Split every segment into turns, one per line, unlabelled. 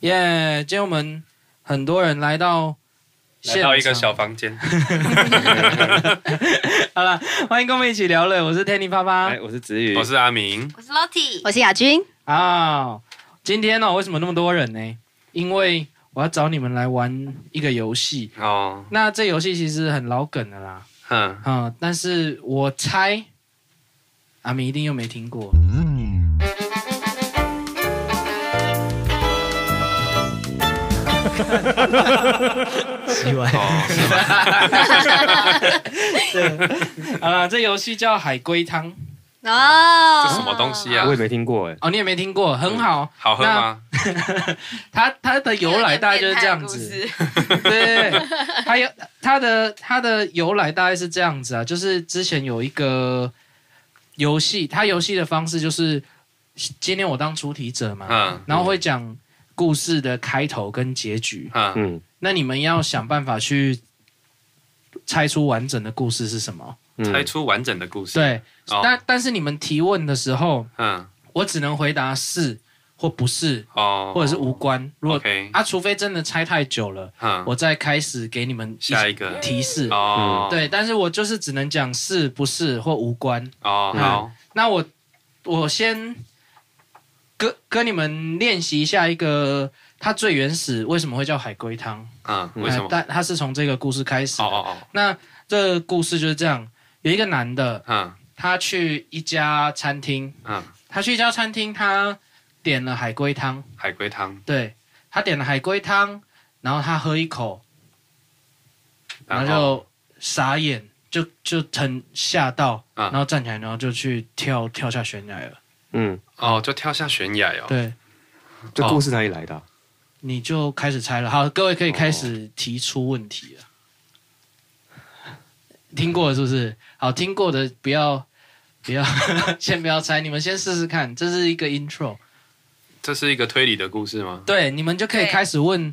耶、今天我们很多人来到
来
现
到一个
场
小房间，
好了，欢迎跟我们一起聊了，我是 Tanny 啪啪
哎，我是子宇，
我哦是阿明，
我是 Lottie，
我是雅君，
啊、今天呢、为什么那么多人呢？因为我要找你们来玩一个游戏。
哦，
那这游戏其实很老梗的啦，
哼，
嗯，但是我猜阿明一定又没听过。
奇怪，
哦，是吧
好了，啊这游戏叫海龟汤
哦，
这什么东西啊
我也没听过哎，
哦，你也没听过，很好。
好喝吗？
它它的由来大概就是这样子。
有点变态的故事。
对， 还有它的它的由来大概是这样子啊，就是之前有一个游戏，它游戏的方式就是今天我当出题者嘛，
嗯
然后会讲故事的开头跟结局，
嗯，
嗯
那你们要想办法去猜出完整的故事是什么。
嗯
猜出完整的故事，，
对，
哦
但但是你们提问的时候，
嗯，
我只能回答是或不是，
哦，
或者是无关。如果
OK，
啊，除非真的猜太久了，
嗯，
我再开始给你们
下一个，
提示。
哦，
对，，但是我就是只能讲是不是或无关。
哦，好，
那我我先跟跟你们练习一下一个它最原始为什么会叫海龟汤？
嗯，为什
呃
么？
但它是从这个故事开始。
哦哦
那这个故事就是这样：有一个男的
哦，，嗯
他去一家餐厅，
嗯，
他去一家餐厅，他点了海龟汤，
海龟汤，
对他点了海龟汤，然后他喝一口，然后
然后
就傻眼，就就很吓到，
嗯
然后站起来，然后就去跳跳下悬崖了。
嗯，
哦，就跳下悬崖哦，
对，
这故事哪里来的啊？
你就开始猜了。好，各位可以开始提出问题了。哦听过了是不是？好，听过的不要不要， 先不要猜，你们先试试看。这是一个 intro，
这是一个推理的故事吗？
对，你们就可以
对
开始问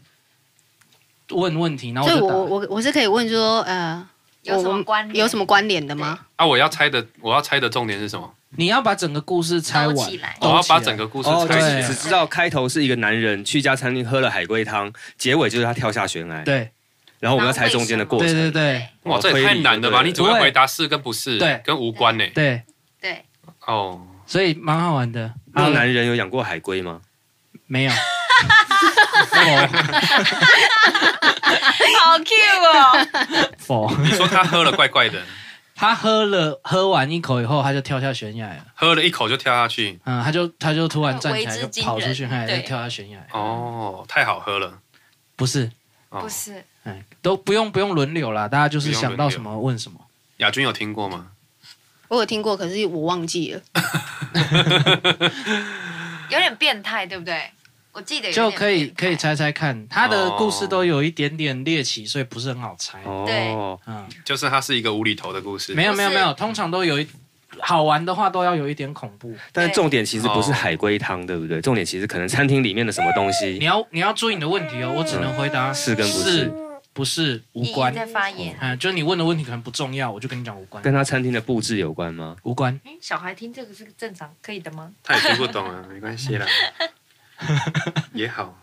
问问题，然后
所以
我就
我
打。
我我是可以问说，呃，
有什么关联？
有什么关联的吗？
啊，我要猜的，我要猜的重点是什么？
你要把整个故事猜完，
兜起来
兜
我要
起
把
来
整个故事
哦，就
猜
对
是
起来。
只知道开头是一个男人去一家餐厅喝了海龟汤，结尾就是他跳下悬崖，
对
然后我们要猜中间的过
对
程。
对对
哇，这也太难了吧！你只会回答是跟不是，
对
跟无关呢。
对，
对，
哦，
所以蛮好玩的。
那
好
个
了
男人有养过海龟吗？
没 有。否
好 Q 哦，
否，
你说他喝了怪怪的，
他喝了喝完一口以后，他就跳下悬崖了。
喝了一口就跳下去，
嗯，他就他就突然站起
为
来，
之
就
惊
跑出
人
去，还
对
就跳下悬崖。
哦，太好喝了。
不是，
哦
不是
哎，都不用不用轮流啦，大家就是
不用
想到
轮流
什么问什么。
亚军有听过吗？
我有听过，可是我忘记了。
有点变态，对不对？我记得有
就
点
可以
变态
可以猜猜看，他的故事
哦
都有一点点猎奇，所以不是很好猜。
哦，
嗯，
就是它是一个无厘头的故事，
没有没有
不
没
是
有，通常都有一好玩的话都要有一点恐怖。
但是重点其实不是海龟汤，对不
哦
对？重点其实可能餐厅里面的什么东
你
西。
要你要注意你的问题
嗯
哦，我只能回答
是跟不是
是，不是无
意义
关。
在发言。
嗯，就是你问的问题可能不重要，我就跟你讲无关，
跟他餐厅的布置有关吗？
无关。
诶小孩听这个是正常可以的吗？
他也听不懂啊，没关系 啦，也好，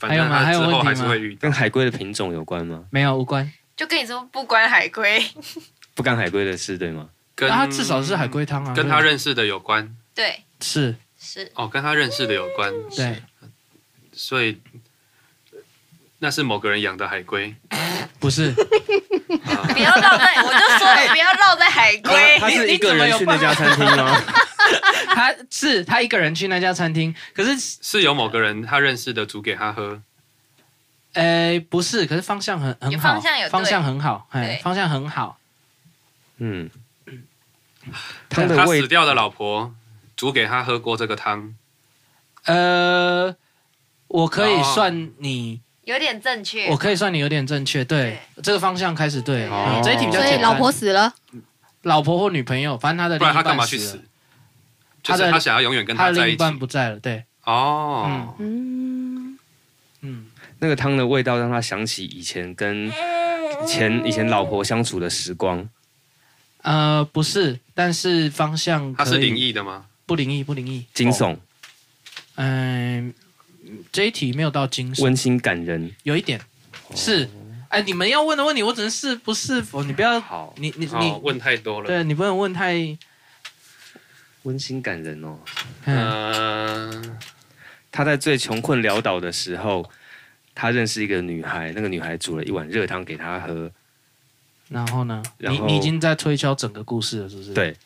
反
还有
正
吗
他之后
还有问
还
题
是
吗
会遇到。
跟海龟的品种有关吗？
没有无关，
就跟你说不关海龟，
不干海龟的事，对吗？
跟
啊那他至少是海，龟汤啊，
跟他认识的有关
对，
是
是
哦，跟他认识的有关，
对，
所以那是某个人养的海龟。
不 是哎
啊
不要绕 在，我就说不要绕在海龟。
他是一个人去那家餐厅吗？
他是他一个人去那家餐厅，可是
是有某个人他认识的煮给他喝，
呃不是，可是方向很很
有
好，
方向有对
方向很好，哎
对，
方向很好，
嗯， 汤的
他
味
死掉的老婆煮给他喝过这个汤。
呃，我可以
哦
算你，
有点正确
我，可以算你有点正确，对，这个方向开始对，
对
哦
嗯这一题比较
所
简
以
单。
老婆死了，
老婆或女朋友，反正他的
不
另
然
一
他干嘛
半
去
死
死
了，？
就
他
是
的
他想要永远跟
他
他
的
在
另
一
一
起
半。不在了，对，
哦，
嗯，
嗯，
那个汤的味道让他想起以前跟前以前老婆相处的时光。
呃，不是，但是方向
他是
可以
灵异的吗？
哦不灵异，不灵异，
惊悚，
嗯、这一题没有到精神，
温馨感人。
有一点是。哎，你们要问的问题，我只能是不是否，你不要，
好，
你你
好
你，
哦问太多了。嗯
对你不能问太，
温馨感人哦。
嗯，
嗯，
他在最穷困潦倒的时候，他认识一个女孩，那个女孩煮了一碗热汤给他喝。
然后呢，
然
你
后
你已经在推敲整个故事了，是不是？，
对，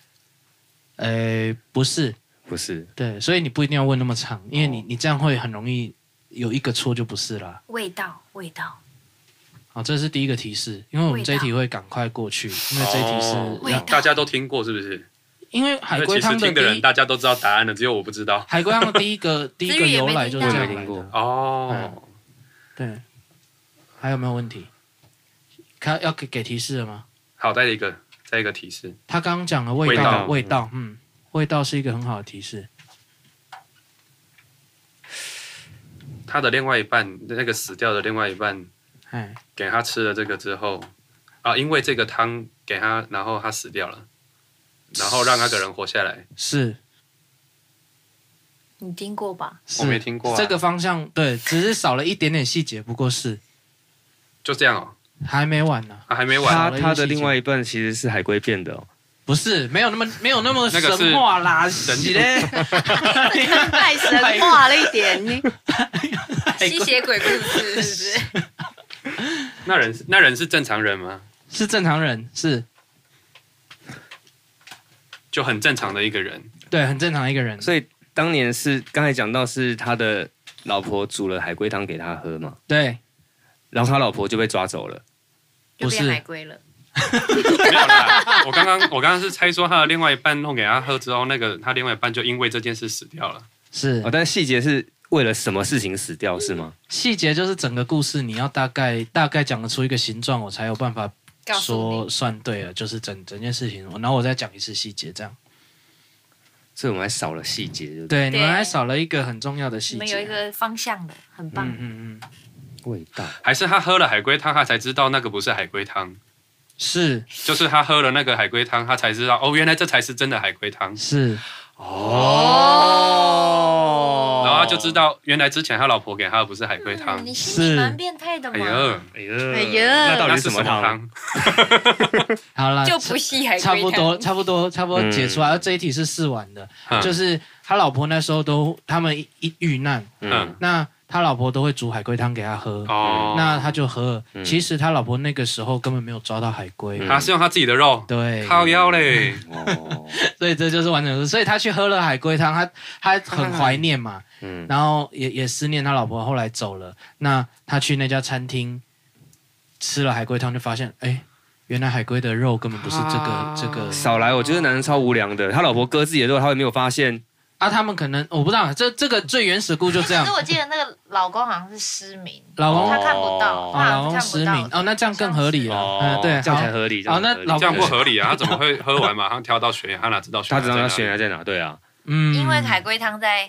哎，不是，
不是，
对，所以你不一定要问那么长，因为你
哦
你这样会很容易有一个错就不是啦。
味道，味道，
好，哦这是第一个提示，因为我们这一题会赶快过去，因为这一题
哦
是
味
让，
道
大家都听过是不是？
因为海
那
龟
其实
汤的
听的
第
人
一
大家都知道答案了，只有我不知道。
海龟汤的第一 个第一个由来就是这样
我也
来
没
的
听过。
嗯
哦，
对，还有没有问题？他要给给提示了吗？
好，再一个，再一个提示，
他刚刚讲了味
味
道，
道
味道，嗯，味道是一个很好的提示。
他的另外一半，那个死掉的另外一半，
哎，
给他吃了这个之后，啊，因为这个汤给他，然后他死掉了，然后让那个人活下来。
是，
你听过吧？
是
我没听过啊
这个方向，对，只是少了一点点细节，不过是
就这样哦，
还没完呢、
啊、还没
他
完，
了一个
他的
细节
另外一半其实是海龟变的哦。
不是，没有那么没有那么
那个是
神话啦，
神
是嘞，
太神话了一点，你
吸血鬼故事是不是？
那人是那人是正常人吗？
是正常人，是
就很正常的一个人，
对，很正常一个人，
所以当年是刚才讲到是他的老婆煮了海龟汤给他喝嘛，
对，
然后他老婆就被抓走了。
就
不
变海
是，
龟了，
没有啦。我刚刚我刚刚是猜说他的另外一半弄给他喝之后，那个他另外一半就因为这件事死掉了。
是
哦，但细节是为了什么事情死掉是吗？
细节就是整个故事，你要大概大概讲得出一个形状，我才有办法
告诉
说算对了，就是整整件事情，然后我再讲一次细节，这样。
所以我们还少了细节，对不对？
对，你
对
们还少了一个很重要的
你，
细
你
节。
们有一个方向的，很棒。
嗯嗯嗯，
味道
还是他喝了海龟汤，他才知道那个不是海龟汤，
是
就是他喝了那个海龟汤，他才知道哦，原来这才是真的海龟汤。
是，
哦
然后他就知道，原来之前他老婆给他的不是海龟汤。
嗯
你心里蛮变态的
哎
嘛，
呀，
哎呀，
哎呀
那到
那
底
是
是什
什么
么汤？
汤？
好了，
就不系海龟
差
汤
不多，差不多，差不多解出来。而这一题是试完的，
嗯
就是他老婆那时候都他们一一遇难，
嗯，
那他老婆都会煮海龟汤给他喝，嗯
哦，
那他就喝了。
嗯
其实他老婆那个时候根本没有抓到海龟，
嗯
他是用他自己的肉，
对，
靠腰嘞。
哦，
所以这就是完整的故事。所以他去喝了海龟汤，他他很怀念嘛，
嗯，
然后也也思念他老婆，后来走了。那他去那家餐厅吃了海龟汤，就发现哎，原来海龟的肉根本不是这个、
啊
这个
少来，我觉得男人超无良的，他老婆割自己的肉，他也没有发现。
啊。他们可能我不知道，这这个最原始故就这样
可是。我记得那个老公好像是失明，
老公
他看不到，
哦
他
啊，老
好像
公
看不
失
到
明哦，那这样更合理了。嗯，对，
这样才
好
合理。
好
哦这样才合理
那老
这样不
公
合理啊！他怎么会喝完马上跳到悬崖？他哪知道悬
他
崖？
只知道他悬崖在哪？对啊，
嗯
因为海龟汤在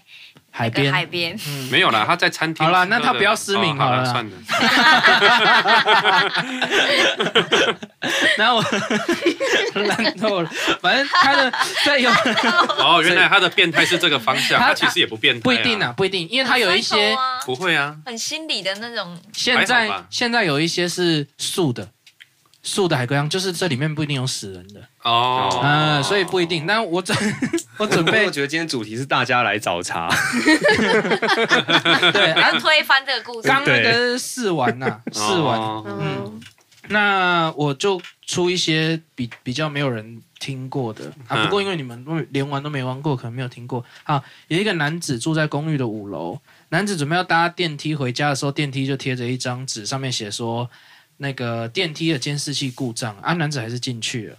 海
那个
边
海边，
嗯
没有啦，他在餐厅。哦
好啦那他不要失明
好
好了
了，
啦
算了。
然后我 烂透了，反正他 的在有
哦，原来他的变态是这个方向，
他
他其实也不变态。
不一定啊，，不一定，因为他有一些
很 friendly 啊
不会啊，
很心理的那种，
现在
还好吧
现在有一些是素的，素的海龟汤，就是这里面不一定有死人的，
哦，
嗯、所以不一定。但我准 我准备
我觉得今天主题是大家来找茬。
对，啊
能推翻这个故事。
刚那个试玩呐、试玩。
哦
嗯，
那我就出一些比比较没有人听过的啊，
嗯
不过因为你们都连玩都没玩过，可能没有听过。好，有一个男子住在公寓的五楼，男子准备要搭电梯回家的时候，电梯就贴着一张纸，上面写说那个电梯的监视器故障啊，男子还是进去了。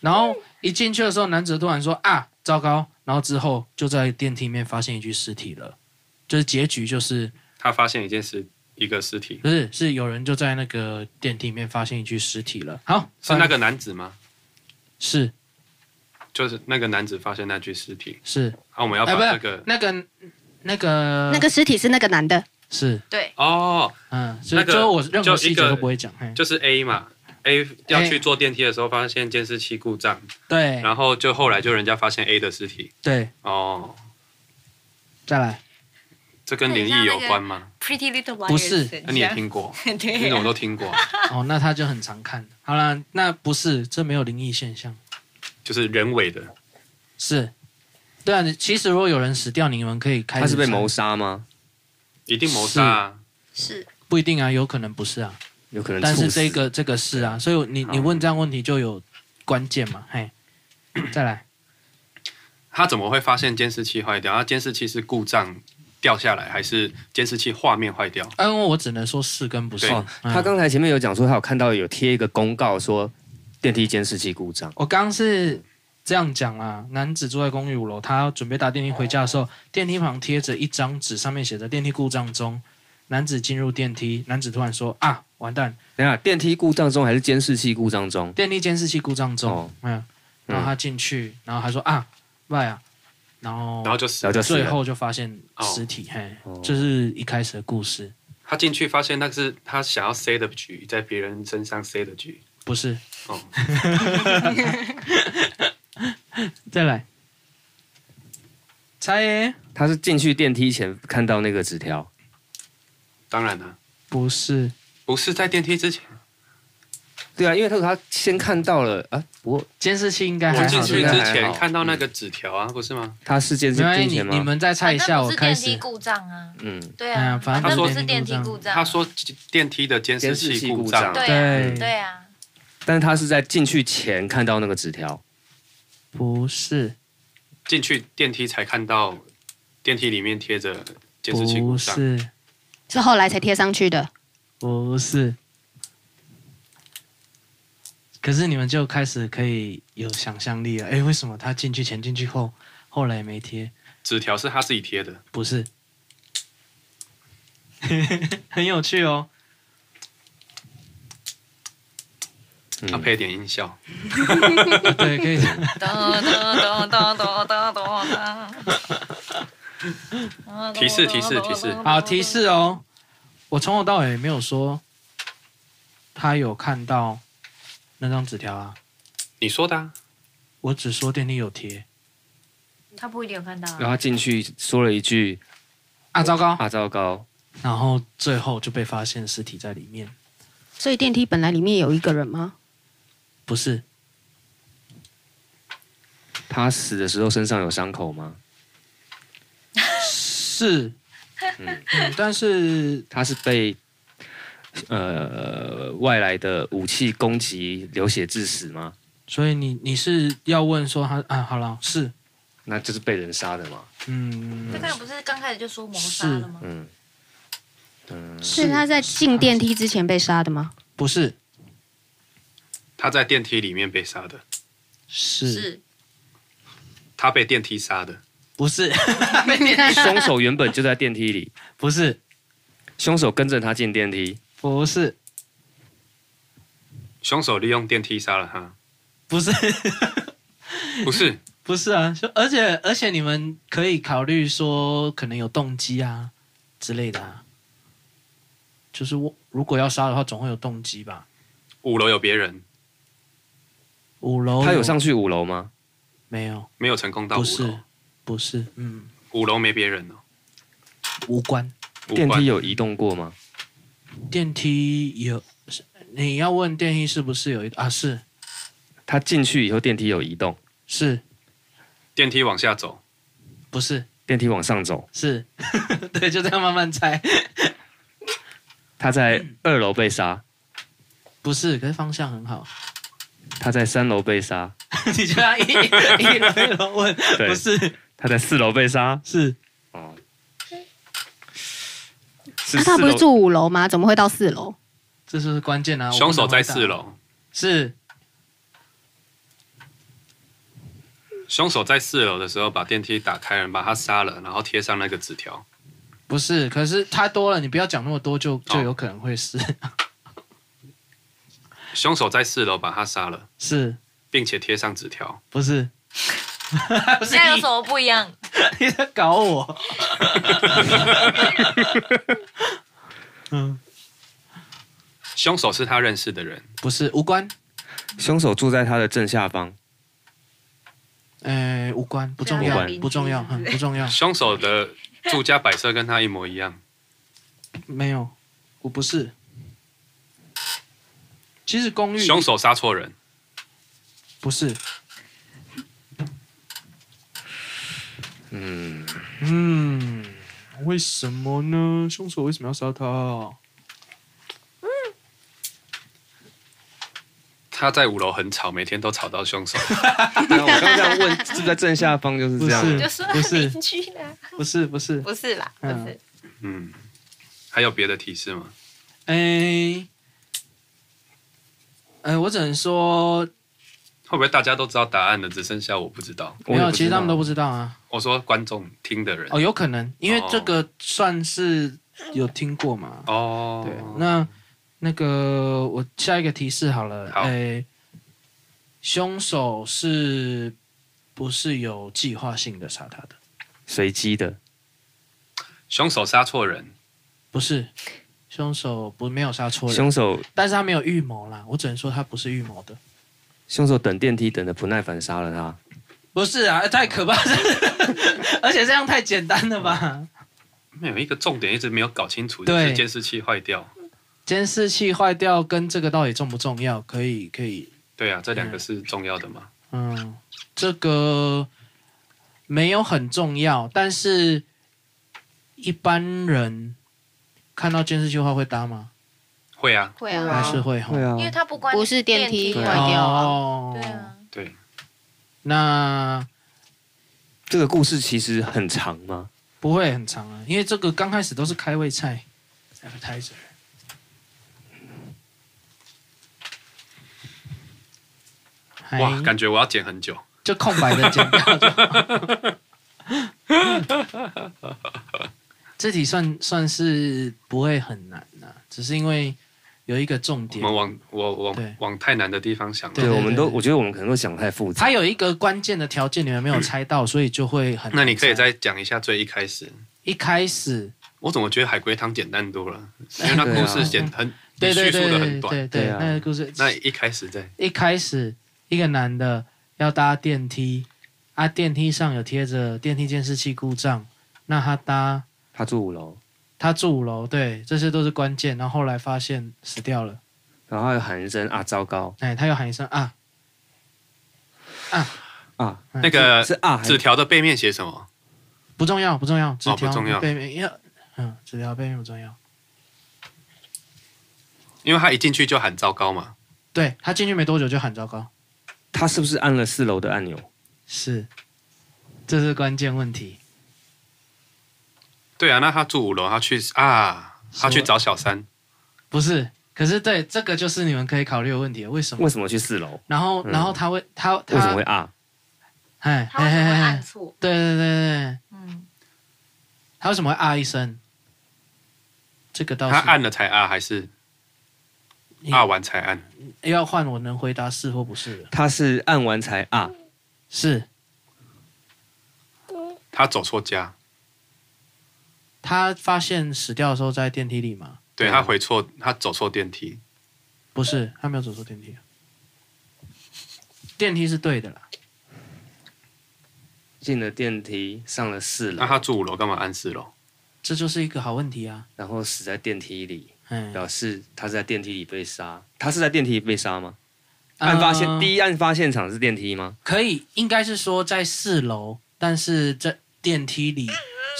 然后一进去的时候，男子突然说啊，糟糕！然后之后就在电梯里面发现一具尸体了，就是结局就是
他发现一件事，一个尸体，
不是是有人就在那个电梯里面发现一具尸体了。好，
是那个男子吗？
是
就是那个男子发现那具尸体，
是
啊，我们要把
哎不是
这个
那个那个
那个尸体是那个男的，
是
对，
哦，
嗯，所以
那个
就我任何
就
细
一
节
个
都不会讲，嘿
就是 A 嘛，A 要去坐电梯的时候发现监视器故障，
对
然后就后来就人家发现 A 的尸体，
对，
哦，
再来
这跟灵异有关吗？
Pretty Little
不是
Liars
那你也听 过，
对
那种
啊，
都听过，
哦，那他就很常看。好啦，那不是，这没有灵异现象，
就是人为的。
是。对啊，你其实如果有人死掉，你们可以开始
他是被
猜
谋，杀吗？
一定谋杀、啊，
是
不一定啊，有可能不是啊。
有可能猝
但
死，
是这个这个是啊，所以你
好
你问这样问题就有关键嘛，嘿，再来，
他怎么会发现监视器坏掉？他监视器是故障掉下来，还是监视器画面坏掉？
啊，因为我只能说是跟不是
对。
哦，
嗯
他刚才前面有讲说，他有看到有贴一个公告说电梯监视器故障，
我刚刚是这样讲啦，男子住在公寓五楼，他准备搭电梯回家的时候，电梯旁贴着一张纸，上面写着“电梯故障中”。男子进入电梯，男子突然说：“啊，完蛋，
等一下电梯故障中还是监视器故障中？
电梯监视器故障中。
哦
嗯，然后他进去，然后他说：“啊，拜啊！”然后，
然后就死
然后
了。
就死
最
了。
后就发现尸体，嘿，
哦
这是一开始的故事，
他进去发现那是他想要塞的局，在别人身上塞的局。
不是？
哦，
再来，猜耶
他是进去电梯前看到那个纸条，
当然了、
不是？
不是在电梯之前，
对啊，因为他说他先看到了啊，不过
监视器应该还
我
好。
进去
对不
之
对
还
前
好
看到那个纸条啊，不是吗？
他是监视
没关系，
进
你
去
你
吗？
们再猜一下，
反
我
正不
开
是
始
电梯。故障啊，
嗯，
对
哎
啊
呀，反正
正
不
不
是
是电梯故障，啊
他说电梯的监视器故障，
监视器故障
对啊
对
对啊，
但是他是在进去前看到那个纸条，
不是，
进去电梯才看到电梯里面贴着监视器故
不
障。
是，
是后来才贴上去的。
不是。可是你们就开始可以有想象力了。哎，为什么他进去前、进去后，后来没贴？
纸条是他自己贴的，
不是， 很有趣哦。
他
嗯，
配一点音效。
对， 可以。
噔噔噔噔噔噔噔噔。
提示提示提示
好，提示哦。我从头到尾没有说他有看到那张纸条啊，
你说的、啊，
我只说电梯有贴。
他不一定有看到
然后
啊，
他进去说了一句
啊，糟糕！
啊糟糕，
然后最后就被发现尸体在里面，
所以电梯本来里面有一个人吗？
不是
他死的时候身上有伤口吗？
是，
嗯
嗯，但是
他是被呃外来的武器攻击流血致死吗？
所以你你是要问说他啊，好了，是，
那就是被人杀的嘛。
嗯
这，个不是刚开始就说谋杀了吗？
嗯嗯，
是他在进电梯之前被杀的吗？
不是
他在电梯里面被杀的，
是
是
他被电梯杀的。
不是
凶手原本就在电梯里，
不是
凶手跟着他进电梯，
不是
凶手利用电梯杀了他，
不是
不是？
不是啊，就而且而且你们可以考虑说可能有动机啊之类的啊，就是我如果要杀的话，总会有动机吧。
五楼有别人，
五楼
他有上去五楼吗？
没有？
没有成功到
不
五
是
楼，
不是，嗯，
五楼没别人哦。
无关。
无
电
关
梯有移动过吗？
电梯有，你要问电梯是不是有一啊？是
他进去以后电梯有移动，
是
电梯往下走，
不是
电梯往上走，
是？ 对，就这样慢慢猜。
他在二楼被杀，
不是，可是方向很好。
他在三楼被杀，
你就要一一楼一楼问，
对
不是
他在四楼被杀，
是
哦，是
那啊他
四
不是
楼
住五楼吗？怎么会到四楼？
这就是关键啊！我不能
凶手在
回答
四，楼，
是
凶手在四楼的时候把电梯打开了，把他杀了，然后贴上那个纸条。
不是？可是他多了，你不要讲那么多，就就有可能会是
凶手在四楼把他杀了，
是
并且贴上纸条。
不是？不是
那有
你
什么不一样？
你在搞 我？嗯，
凶手是他认识的人，
不是无关，
凶手住在他的正下 方，
呃，无关，不重
无
要
关，
不重要，很不重要。
凶手的住家摆设跟他一模一样。
没有，我不是。其实公寓
凶手杀错人，
不是，
嗯，
嗯，为什么呢？凶手为什么要杀他、
他在五楼很吵，每天都吵到凶手。
对啊我刚刚问是不是在正下方就是这样？
不
就说
不是
邻居啦，
不是，不是，
不是啦，不
嗯
是，
嗯，还有别的提示吗？
哎、哎、我只能说，
会不会大家都知道答案了，只剩下我不知道？
我
没
也
有，
不知道
其实他们都不知道啊。
我说观众听的人
哦，有可能，因为这个算是有听过嘛。
哦，
对，那那个我下一个提示好了，
好
哎、凶手是不是有计划性的杀他的？
随机的，
凶手杀错人，
不是，凶手不没有杀错人，
凶手
但是他没有预谋啦，我只能说他不是预谋的。
凶手等电梯等的不耐烦杀了他。
不是啊，太可怕了，而且这样太简单了吧？
没有一个重点一直没有搞清楚，就
对
是监视器坏掉。
监视器坏掉跟这个到底重不重要？可以，可以，
对啊，这两个是重要的嘛？
嗯，这个没有很重要，但是一般人看到监视器的话会搭吗？
会啊，
会
啊
还
啊，
是会吼？
啊
因为他不关
不是电梯
梯
坏
啊
掉啊
哦
对，啊，
对，
那
这个故事其实很长吗？
不会很长啊，因为这个刚开始都是开胃菜，appetizer。嗨
哇，感觉我要剪很久。
就空白的剪掉就好。这题算算是不会很难呐、只是因为有一个重
我
点
们，往我往
对
往太难的地方想
对
了。
我们都
对对
我觉得我们可能都想太复杂
它。有一个关键的条件你们没有猜到，所以就会很难猜。
那你可以再讲一下最一开始，
一开始，
我怎么觉得海龟汤简单多了？因为那
对啊
故事简很，
对对
叙
对
述的很
对
短。
对对
对啊
那个故事，
那一开始在
一开始一个男的要搭电梯，啊，电梯上有贴着电梯监视器故障，那他搭
他住五楼，
他住五楼，对，这些都是关键。然后后来发现死掉了。
然后他又喊一声啊，糟糕
哎，他又喊一声啊，
啊，
哎
那个
是啊，
纸
还
条的背面写什么？
不重要，不重要，纸条、
不重要
背面要，嗯，纸条背面不重要。
因为他一进去就喊糟糕嘛。
对他进去没多久就喊糟糕，
他是不是按了四楼的按钮？
是，这是关键问题。
对啊，那他住五楼，他去啊，他去
什么
找小三。
不是，可是对这个就是你们可以考虑的问题，为什么？
为什么去四楼？
然后，
嗯
然后他会，他
为什么
他
会，啊？
哎，
他为什么会
哎哎
按
哎
错？
对对对对，
哎
嗯，
他为什么会啊一声？这个倒
他
是
按了才啊，还是
你
啊完才按？
要换我能回答是或不是了，
他是按完才啊，
是
他走错家，
他发现死掉的时候在电梯里吗？
对
对
他回错，他走错电梯。
不是，他没有走错电梯。电梯是对的啦，
进了电梯，上了四楼
那，他住五楼干嘛按四楼？
这就是一个好问题啊。
然后死在电梯里，
哎，
表示他是在电梯里被杀。他是在电梯里被杀吗？案发现、
呃
第一案发现场是电梯吗？
可以，应该是说在四楼，但是在电梯里，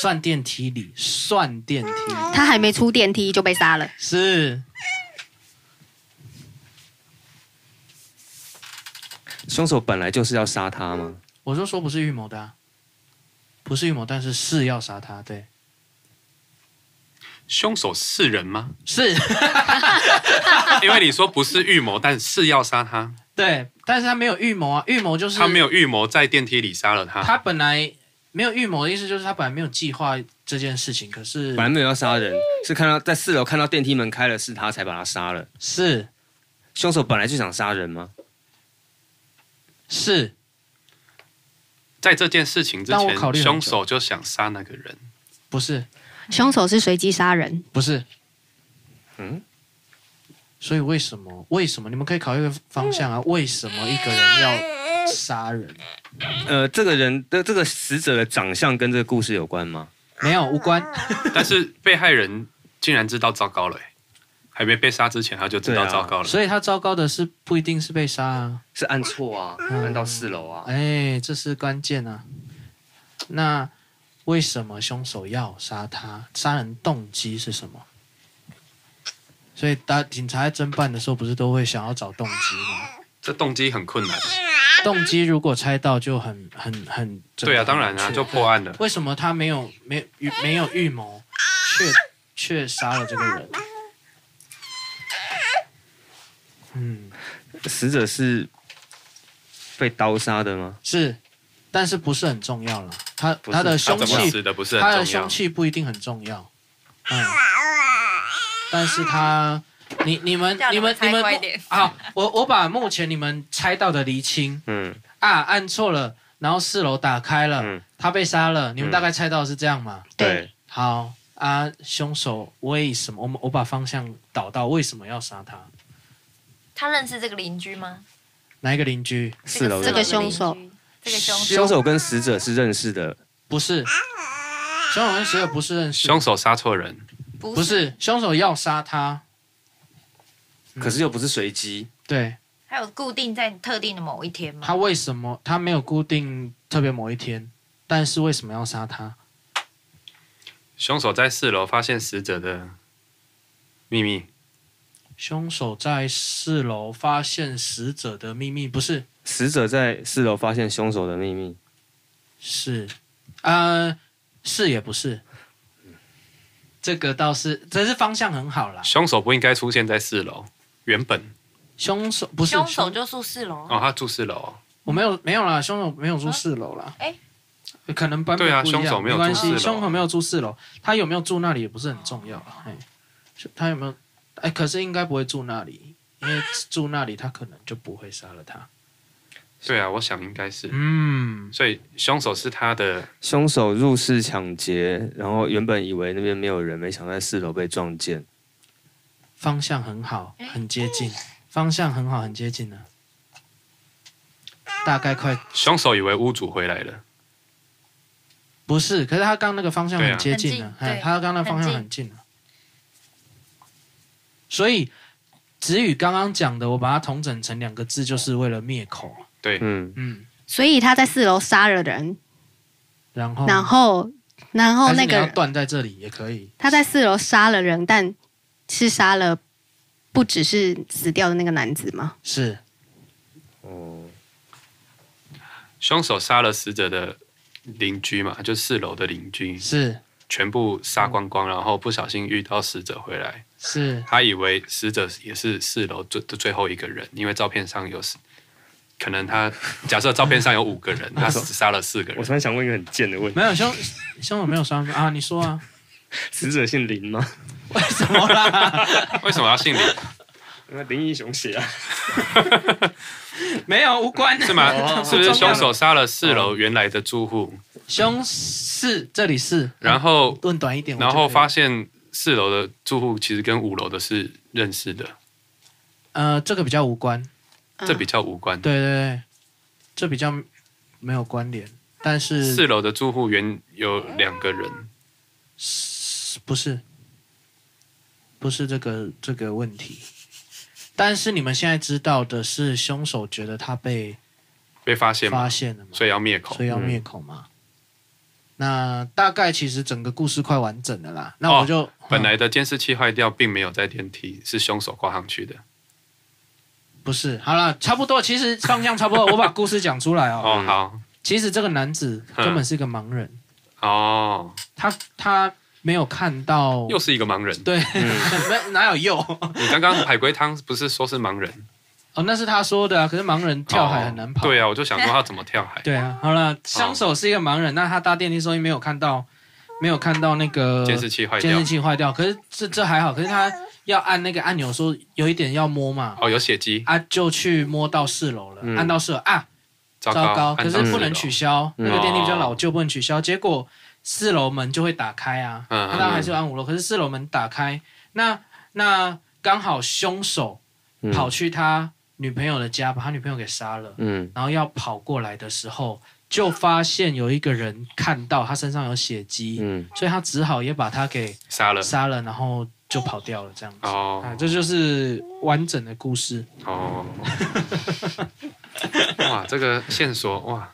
算电梯里，算电梯里
他还没出电梯就被杀了，
是
凶手本来就是要杀他吗？
我就说不是预谋的、啊，不是预谋，但是是要杀他，对，
凶手是人吗？
是 啊
因为你说不是预谋，但是要杀他，
对，但是他没有预谋啊，预谋就是
他没有啊预谋在电梯里杀了他。
他本来没有预谋的意思就是他本来没有计划这件事情，可是
本来没有要杀人，是看到在四楼看到电梯门开了，是他才把他杀了。
是
凶手本来就想杀人吗？
是
在这件事情之
但我考
前，
虑很久
凶手就想杀那个人。
不是
凶手是随机杀人，
不是？
嗯，
所以为什么？为什么？你们可以考虑一个方向啊？为什么一个人要杀人？
呃，这个人的这个死者的长相跟这个故事有关吗？
没有无关，
但是被害人竟然知道糟糕了、欸，还没被杀之前他就知道
对啊
糟糕了。
所以他糟糕的是不一定是被杀啊，
是按错啊，按到四楼啊，
哎，这是关键啊。那为什么凶手要杀他？杀人动机是什么？所以，打警察在侦办的时候，不是都会想要找动机吗？
这动机很困难。
动机如果猜到，就很很很
对啊，当然啊，
很
就破案了。
为什么他没有没预没有预谋，却却杀了这个人？嗯，
死者是被刀杀的吗？
是，但是不是很重要了。他
不是
他的
他
凶
啊怎么
器，
死的不是
他的
很重
凶
要。
器不一定很重要。嗯，但是他，你你们
叫
你
你
们
们
你
猜
们
快
目
点
好，我我把目前你们猜到的厘清
嗯，
啊，按错了，然后四楼打开了，
嗯
他被杀了，你们
嗯
大概猜到是这样吗？
对，
好啊，凶手为什么？我们我把方向导到为什么要杀他？
他认识这个邻居吗？
哪一个邻居？
四楼的
这个
四楼的
凶手
邻居，这个凶手
凶手跟死者是认识的，
不是，凶手跟死者不是认识，
凶手杀错人，
不
不是凶手要杀他，嗯
可是又不是随机，
对
还有固定在特定的某一天吗？
他为什么他没有固定特别某一天，但是为什么要杀他？
凶手在四楼发现死者的秘密，
凶手在四楼发现死者的秘密，不是
死者在四楼发现凶手的秘密，
是，呃，是也不是，这个倒是，只是方向很好啦。
凶手不应该出现在四楼。原本
凶手不是
凶手就住四楼。
哦，他住四楼、哦，
我没有没有啦，凶手没有住四楼啦。
哎
可能版本
对啊
不一样
凶手没有
没关
住四
系，
楼啊
凶手没有住四楼，他有没有住那里也不是很重要啦。哎，他有没有？哎，可是应该不会住那里，因为住那里他可能就不会杀了他。
对啊，我想应该是。
嗯，
所以凶手是他的，
凶手入室抢劫，然后原本以为那边没有人，没想到在四楼被撞见。
方向很好，很接近，方向很好，很接近了。大概快
凶手以为屋主回来了，
不是，可是他刚那个方向很接近了，哎
对啊很近对
他刚那方向很近了。所以子宇刚刚讲的，我把它统整成两个字，就是为了灭口。
对，
嗯，
嗯，
所以他在四楼杀了人，
然后
然后然后
哦还是
那
你
个
要
人
断在这里也可以，
他在四楼杀了人，但是杀了不只是死掉的那个男子吗？
是
哦，
凶手杀了死者的邻居嘛，就四楼的邻居，
是
全部杀光光，然后不小心遇到死者回来，
是
他以为死者也是四楼最最后一个人，因为照片上有死，可能他假设照片上有五个人，他只杀了四个
我
人
突，然想问一个很贱的问 题
没，有凶凶手没有杀人啊？你说啊？
死者姓林吗？
为什么啦？
为什么要姓林？
那林英雄写啊，
没有无关哦
是吗？ 是不是
不重要
凶手杀了四
哦
楼原来的住户，
凶是这里是，
然后
论短一点，
然
嗯
后
我就可以
发现四楼的住户其实跟五楼的是认识的，
呃这个比较无关，
嗯
这比较无关。
对对对，这比较没有关联，但是
四楼的住户原有两个人，
不是，不是这个这个问题。但是你们现在知道的是，凶手觉得他被
被发现嘛
发，现了嘛，
所以要灭口
所。以要灭口嘛。那大概其实整个故事快完整了啦。那我就、
哦
嗯
本来的监视器坏掉，并没有在电梯，是凶手挂上去的。
不是好了，差不多，其实方向差不多，我把故事讲出来哦。
哦，嗯好，
其实这个男子根本是个盲人，
哦，
他他没有看到，
又是一个盲人。
对， 没哪有又。
你刚刚海龟汤不是说是盲人
哦，那是他说的啊。可是盲人跳海很难跑。
哦对啊，我就想说他怎么跳海？
对啊，好了，凶手是一个盲人，那他搭电梯的时候没有看到，没有看到那个
监视器坏
呃监
掉
视，器坏掉。可是这这还好，可是他要按那个按钮说有一点要摸嘛，
哦，有血迹，
啊，就去摸到四楼了，
嗯
按到四楼啊，
糟
糟糕，可
按
是
到
不
四
能
楼
取消，
嗯
那个电梯比较老旧，不能取消。结果四楼门就会打开啊，
嗯
那当然还是按五楼，可是四楼门打开，那那刚好凶手
嗯
跑去他女朋友的家，把他女朋友给杀了。
嗯
然后要跑过来的时候，就发现有一个人看到他身上有血迹，
嗯，
所以他只好也把他给
杀了
杀了，然后就跑掉了这样子。啊，
哦
这就是完整的故事。
哦，哇，这个线索哇，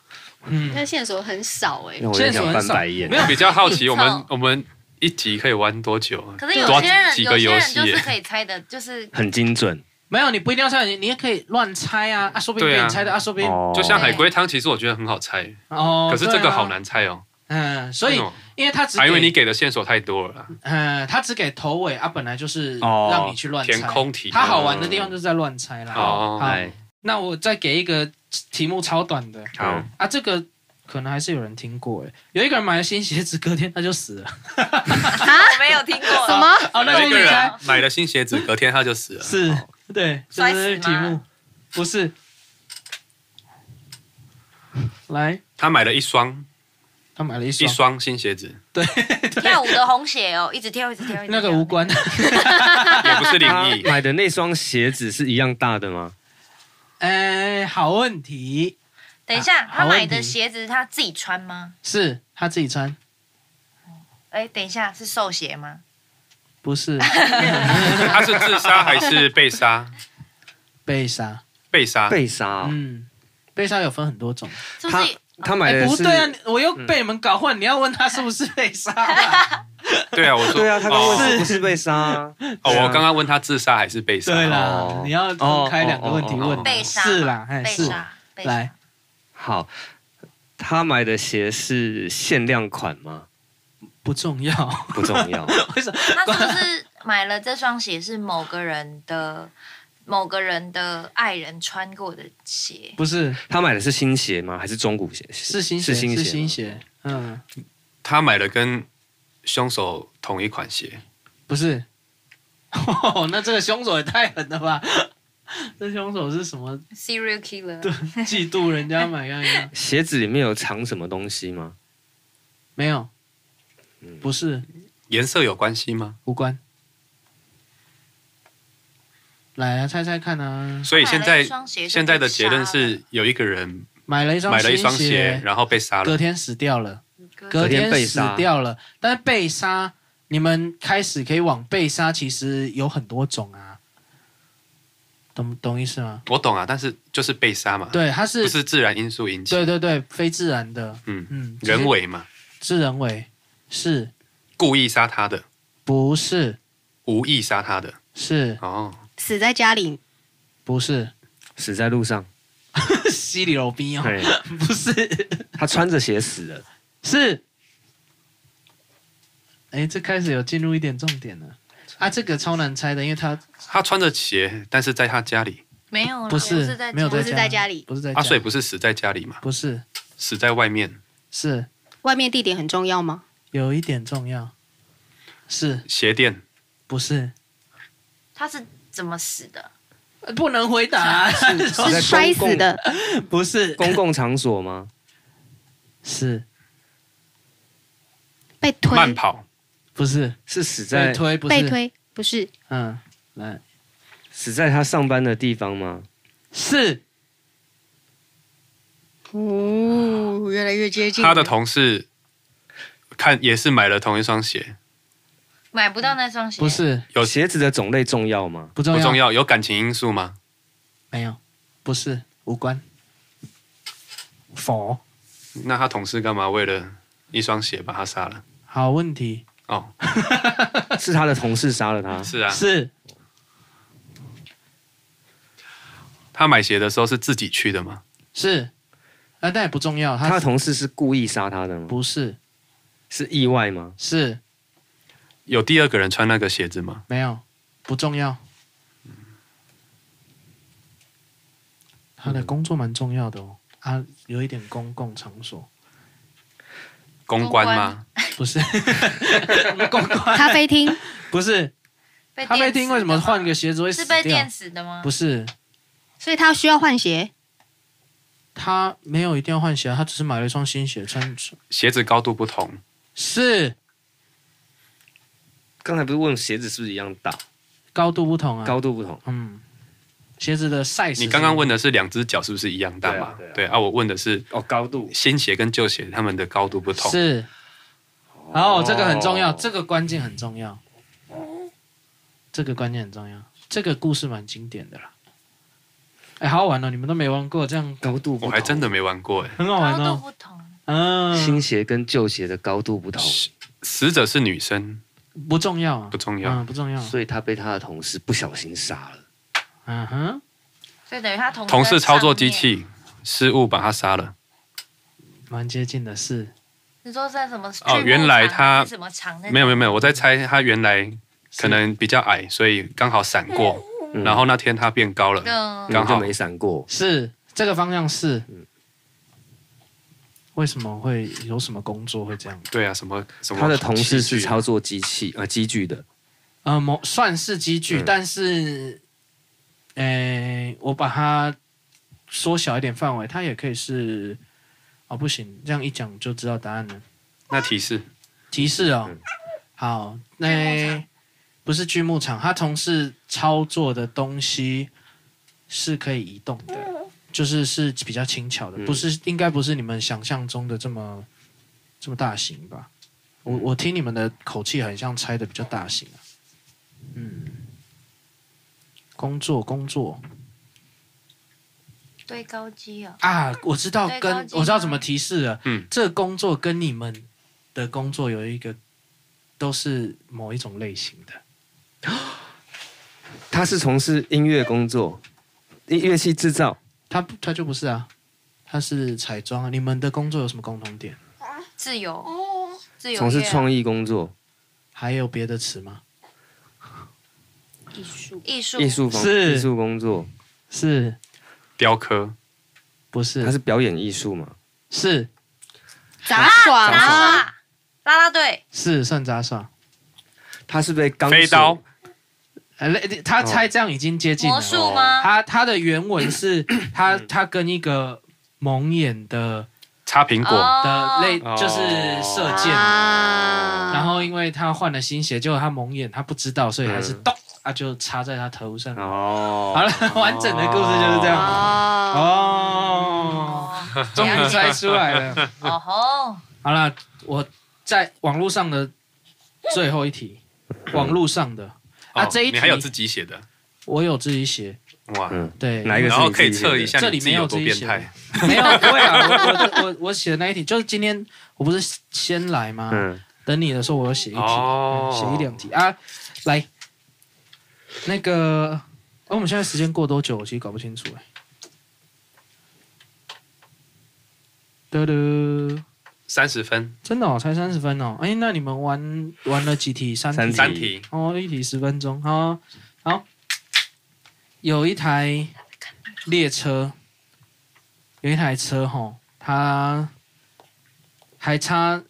嗯，
但线索很少哎、
让我有点想翻白眼
没。有
比较好奇 我
你
们
凑
我们一集可以玩多久啊？
可是有
多
些人，
几
有
个
些
游
人
戏
就是
耶
可以猜的，就是
很精准，
没有，你不一定要猜，你你也可以乱猜啊，啊，说不定
对
被
啊
你猜的，啊，说不定
哦
就像海龟汤，其实我觉得很好猜，
哦。
可是这
对
个
啊
好，难猜哦。
嗯，所以
为什么
因为他只
啊，因为你
给，
给的线索太多了啦，
嗯，他只给头尾啊，本来就是
哦
让你去乱猜。
填空题。啊
他好玩的地方就是在乱猜啦。
哦
好
哎，
那我再给一个题目超短的
好，
啊，这个可能还是有人听过诶，有一个人买了新鞋子，隔天他就死了。
我没有听过
啊什？么？
哦，那
有
就
一
是
个
你
人
猜，
买了新鞋子，隔天他就死了。
是对，这
摔
是
死
题
吗
目，不是。来，
他买了一双
他买了一
一
双，
双新鞋子，
跳舞的红鞋哦，一直跳，一直跳，一直
那
跳
个无。关，
也不是灵
他
异。
买的那双鞋子是一样大的吗？
哎，好问题，
等一下，
啊好
他买
问
的
题
鞋子他自己穿吗？
是他自己穿，
哎，等一下，是瘦鞋吗？
不是
他是自杀还是被杀？
被杀。
被杀。
被杀啊，
嗯，被杀有分很多种。
是不是？
他买
哎，
的
不
是
对啊，我又被你们搞混，你要问他是不是被杀吧？
对啊，我说
对啊，他刚
哦
问是不是被杀啊？
哦，我刚刚问他自杀还是被杀？
对啊啦
哦，
你要分开两个问题
哦哦哦
问
哦。
被杀
是啦，哎
被
是。
杀，被杀
来，
好，他买的鞋是限量款吗？
不重要，
不重要，
为什么？
他是不是买了这双鞋是某个人的某个人的爱人穿过的鞋？
不是，
他买的是新鞋吗？还是中古鞋？
是新鞋，
是新
是
鞋，
新。鞋。嗯，
他买了跟凶手同一款鞋，
不是。哦，那这个凶手也太狠了吧！ 这凶手是什么？
serial killer，
嫉妒人家买干一样？
鞋子里面有藏什么东西吗？
没有，
嗯
不是
颜色有关系吗？
无关。来啊，猜猜看啊！
所以现在现
现
在的结论是，有一个人
买了一双
买了一双
新
鞋，然后被杀
隔
了。
天死掉了。
哥
隔天
天被
死
杀
掉了。但是被杀，你们开始可以往被杀，其实有很多种啊，懂懂意思吗？
我懂啊，但是就是被杀嘛，
对，它是
不是自然因素引起，
对对对，非自然的，
嗯，
嗯，只是
人为嘛，
是人为，是
故意杀他的，
不是
无意杀他的。
是
哦，
死在家里，
不 是
死在路上。
犀利肉逼哦，
对，
不是
他穿着鞋死了。
是，哎，这开始有进入一点重点了。啊，这个超难猜的，因为他
他穿着鞋，但是在他家里，
没有啦，
不
我
是
在
没有
家
不是在家里
不是在
阿
家，
水不是死在家里嘛，
不是
死在外面，
是
外面地点很重要吗？
有一点重要，是
鞋店
不是？
他是怎么死的？
呃不能回答、
在
是
公
摔死的，
不 是
公共场所吗？
是
被推，
慢跑，
不是
是死在
被推不
被
是
推，不是
嗯来
死在他上班的地方吗？
是
哦，越来越接近
他的同事看也是买了同一双鞋，
买不到那双鞋，
不是
有
鞋子的种类重要吗？
不重
不
要
重要，有感情因素吗？
没有不是无关否
那他同事干嘛为了一双鞋把他杀了？
好问题
哦，
是他的同事杀了他。
是啊，
是
他买鞋的时候是自己去的吗？
是啊但也不重要
他
他
的同事是故意杀他的吗？
不是
是意外吗？
是
有第二个人穿那个鞋子吗？
没有不重要他的工作蛮重要的哦啊有一点公共场所
公关吗？
不是公关
咖啡厅，
不是
被
咖啡
电
厅
死
为什么
的吗
换个鞋子会
是
死
被
掉
电？死的吗？
不是，
所以他需要换鞋。
他没有一定要换鞋，他只是买了一双新鞋穿。
鞋子高度不同，
是
刚才不是问鞋子是不是一样大，
高度不同啊，
高度不同？
嗯，鞋子的 size 是。
你刚刚问的是两只脚是不是一样大嘛？
对啊对
对啊，我问的是
哦，高度
新鞋跟旧鞋它们的高度不同。
是，哦，这个很重要，这个关键很重要，这个关键很重要，这个故事蛮经典的啦。哎，好好玩哦，你们都没玩过，这样
高度不
我哦
同
还真的没玩过哎。
很好
高
玩
度
哦。
不同，
新
嗯，
鞋跟旧鞋的高度不同，
死者是女生
不重要啊
不，重要，
嗯，不重要。
所以他被他的同事不小心杀了。
嗯哼，
所以等于他同
同
同
事操作机，器失误把他杀了。
蛮接近的是，
你说在什么剧
哦
目
原来
场
他
还是什么场那
没有没有没
嗯
有，我在猜他原来可能比较矮，所以刚好闪过，
嗯
然后那天他变高了。
个
刚好
我就没闪过，
是这个方向是。
嗯
为什么会有什么工作会这样？
对啊，什么什么？
他的同事是操作机器呃机具的，
呃，某算是机具，
嗯
但是，诶、我把它缩小一点范围，它也可以是，哦，不行，这样一讲就知道答案了。
那提示
提示哦，
嗯
好，那、
剧目场
不是锯木厂，他从事操作的东西是可以移动的，就是是比较轻巧的，
嗯
不是应该不是你们想象中的这么这么大型吧？我
嗯
我听你们的口气很像猜的比较大型啊。嗯，工作工作
堆高机哦，
啊，我知道
对
跟
高级
我知道
吗
怎么提示了。
嗯，
这个工作跟你们的工作有一个都是某一种类型的。
他是从事音乐工作，音乐器制造，
他不他就不是啊，他是彩妆啊。你们的工作有什么共同点？
自由，自由
从事
乐
创意工作，
还有别的词吗？
艺术
艺术
艺术方
是
艺术工作，
是
雕刻
不是？
他是表演艺术嘛？
是
杂耍
杂
啊，
耍啦啦队，
是算杂耍。
他是被钢
飞
索
刀，
呃，类他猜这样已经接近了。
魔术吗？
他他的原文是他他跟一个蒙眼的
擦苹果，
的类
哦
就是射箭，
啊
然后因为他换了新鞋，结果他蒙眼，他不知道，所以还是
嗯
咚啊就插在他头上。
哦，
好了，完整的故事就是这样。
啊
哦
哦，
哦，
终于
了解
猜出来了。
哦 吼，
好了，我在网络上的最后一题，网络上的啊
哦
这一题
你还有自己写的
我有自己写，
哇，
嗯，
对，
哪一个
然
是
后
你
可以
自己写的
测一下
这
你
里
自己
没有
有
自
多
己
变
写
态。
没有不会啊，我我我我写的那一题就是今天我不是先来吗？
嗯，
等你的时候我有写一题，
哦
嗯写一两题啊，来，那个，哦，我们现在时间过多久？我其实搞不清楚哎。嘟嘟，
三十分，
真的哦，才三十分哦。哎，那你们玩玩了几题？三题
三题
三题
哦，一题十分钟，好、好。有一台列车，有一台车吼，它还差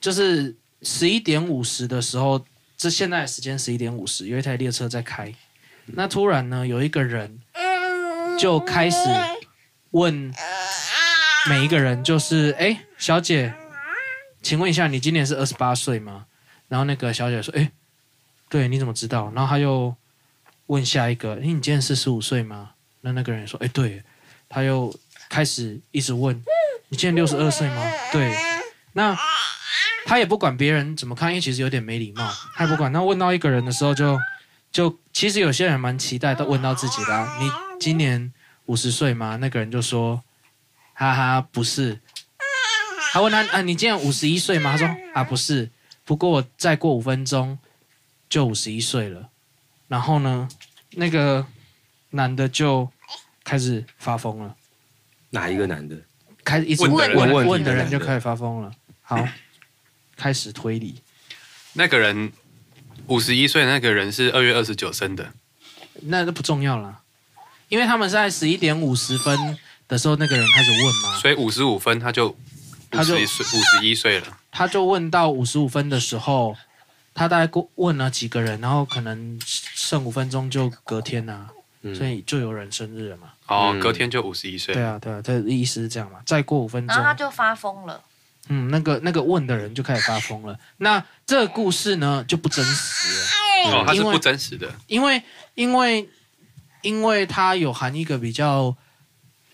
就是十一点五十的时候，这现在的时间十一点五十，有一台列车在开。那突然呢，有一个人就开始问每一个人，就是哎、诶小姐，请问一下，你今年是二十八岁吗？然后那个小姐说，哎、对，你怎么知道？然后他又问下一个，诶，哎你今年四十五岁吗？那那个人也说，哎、对。他又开始一直问，你今年六十二岁吗？对。那他也不管别人怎么看，因为其实有点没礼貌，他也不管。那问到一个人的时候就，就其实有些人蛮期待，都问到自己的、啊，你今年五十岁吗？那个人就说，哈哈，不是。他问他啊，你今年五十一岁吗？他说啊，不是。不过我再过五分钟就五十一岁了。然后呢，那个男的就开始发疯了，
哪一个男的？
开始一直
问的
问
人
问
问
问的
的
人
人
就开始发疯了。好，开始推理。
那个人五十一岁，那个人是二月二十九生的，
那都不重要啦，因为他们是在十一点五十分的时候，那个人开始问嘛，
所以五十五分他就
他
五
就
十一岁，五十一岁了。
他就问到五十五分的时候，他大概过问了几个人，然后可能剩五分钟就隔天啦、
嗯
所以就有人生日了嘛。
哦
嗯，
隔天就五十一岁
对。啊，对啊，他的意思是这样嘛。再过五分
然啊后他
钟，
就发疯了，
嗯，那个那个问的人就开始发疯了。那这个故事呢就不真实了，
啊
哦，他是
因为
不真实的，
因为因为因为它有含一个比较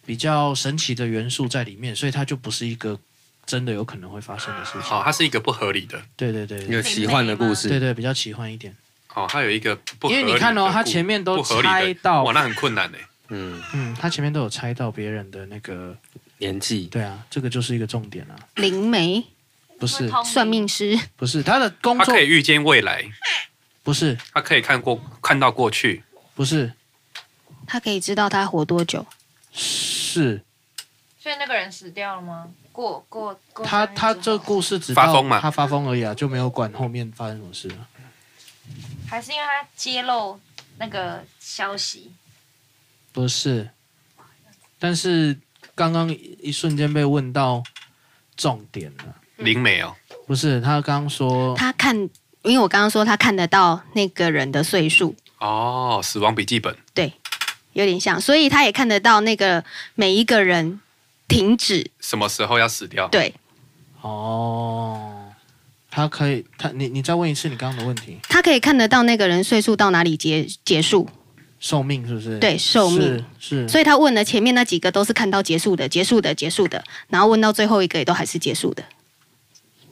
比较神奇的元素在里面，所以它就不是一个真的有可能会发生的事情。
好、它是一个不合理的，
对对对
一个
对
奇幻的故
对
事，
对，比较奇幻一点。
哦，它有一个不合
因
理的
为
故，
你看哦，他前面都
不合理
猜
的，
到
哇，，那很困难呢。
嗯，
嗯，他前面都有猜到别人的那个，
年纪
对啊，这个就是一个重点啊。
灵媒、
不是
算命师，
不是，他的工
他
作
可以预见未来，
不是
他可以看过看到过去，
不是
他可以知道他活多久。
是，
所以那个人死掉了吗？过过过
他
生日
他
之
这
后
故事只
发
到
疯嘛
他发疯而已啊，就没有管后面发生什么事了。
还是因为他揭露那个消息，
不是，但是刚刚一瞬间被问到重点了，
灵媒哦，
不是他刚说
他看，因为我刚刚说他看得到那个人的岁数，
哦，死亡笔记本，
有点像，所以他也看得到那个每一个人停止。
什么时候要死掉？
对
哦，他可以他你你再问一次你刚刚的问题，
他可以看得到那个人岁数到哪里结结束，
寿命是不是？
对寿命。
是是，
所以他问了前面那几个都是看到结束的，结束的，结束的，然后问到最后一个也都还是结束的，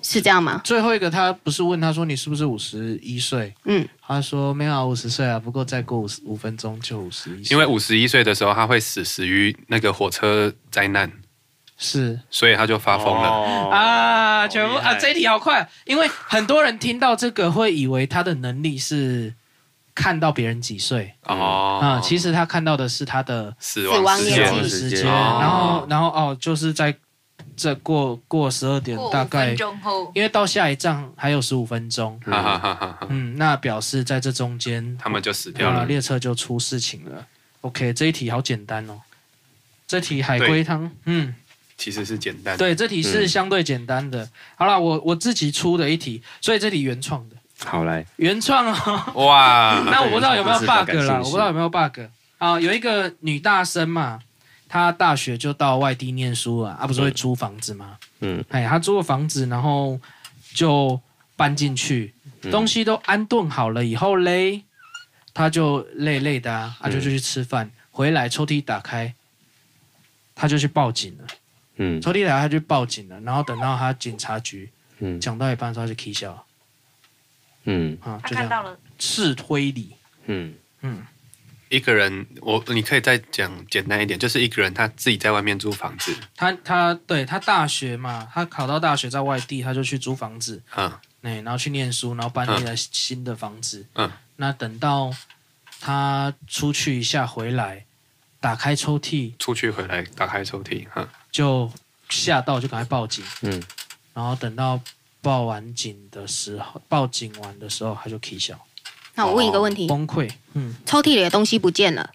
是这样吗？
最后一个他不是问他说你是不是五十一岁？
嗯，
他说没有啊，五十岁啊，不过再过五十五分钟就五十一岁。
因为五十一岁的时候，他会死死于那个火车灾难，
是
所以他就发疯了。
了
啊，
好
全部
厉害
啊，这一题好快，因为很多人听到这个会以为他的能力是看到别人几岁
哦，
啊、其实他看到的是他的
死
死
亡
亡
时
年
死
纪
亡的
间，
时
时
间，
间
哦
然后然后哦，就是在这过过十二点
过
大
五
概
分，钟后
因为到下一站还有十五分钟，
哈哈哈哈哈，
嗯，那表示在这中间
他们就死掉
啊，
了。
列车就出事情了。OK，这一题好简单哦。这题海龟
对
汤，嗯，
其实是简单，
对，这题是
嗯
相对简单的。好啦，我我自己出的一题，所以这题原创的，
好来，
原创哦。
哇，
啊
那我不知道有没有
原创
bug
故事
啦，我
感兴趣
不知道有没有 bug 啊。有一个女大生嘛，她大学就到外地念书啊，啊不是会租房子吗？
嗯，
哎，她租了房子，然后就搬进去，
嗯
东西都安顿好了以后嘞，她就累累的啊，
嗯
她就就去吃饭，回来抽屉打开，她就去报警了。
嗯
抽屉打开，她就报警了，然后等到她警察局
嗯
讲到一半的时候，她就 K 笑
嗯
啊，就
他
这
看
样
到了，
是推理。
嗯
嗯，
一个人，我你可以再讲简单一点，就是一个人他自己在外面租房子，
他他对他大学嘛，他考到大学在外地，他就去租房子，
嗯，
哎、然后去念书，然后搬进了新的房子。
嗯，
那等到他出去一下回来，打开抽屉
出去回来打开抽屉，嗯，
就吓到，就赶快报警。
嗯，
然后等到报完警的时候，报警完的时候，他就啼笑
那我问一个问题，
崩溃。嗯，
抽屉里的东西不见了，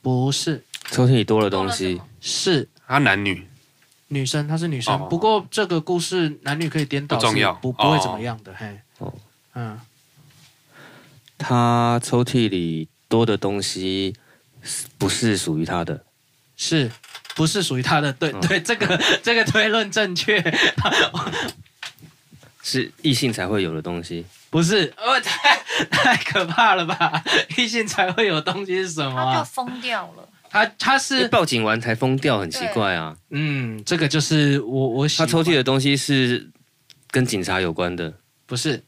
不是，
抽屉里多了
多
东
了什
西
么，
是
他男女
女生，她是女生。
哦
不过这个故事男女可以颠倒，
不重要
是不不会
哦
怎么样的。嘿，
哦
嗯，
他抽屉里多的东西是不是属于他的，
是不是属于他的？对、
嗯
对，这 个这个推论正确，
是异性才会有的东西。
不是，哦，太 太可怕了吧？异性才会有东西是什么、
他就
啊？
疯掉了。
他他
因为
是
报警完才疯掉，很奇怪啊。
嗯，这个就是我我喜
他
欢
抽屉的东西是跟警察有关的，
不是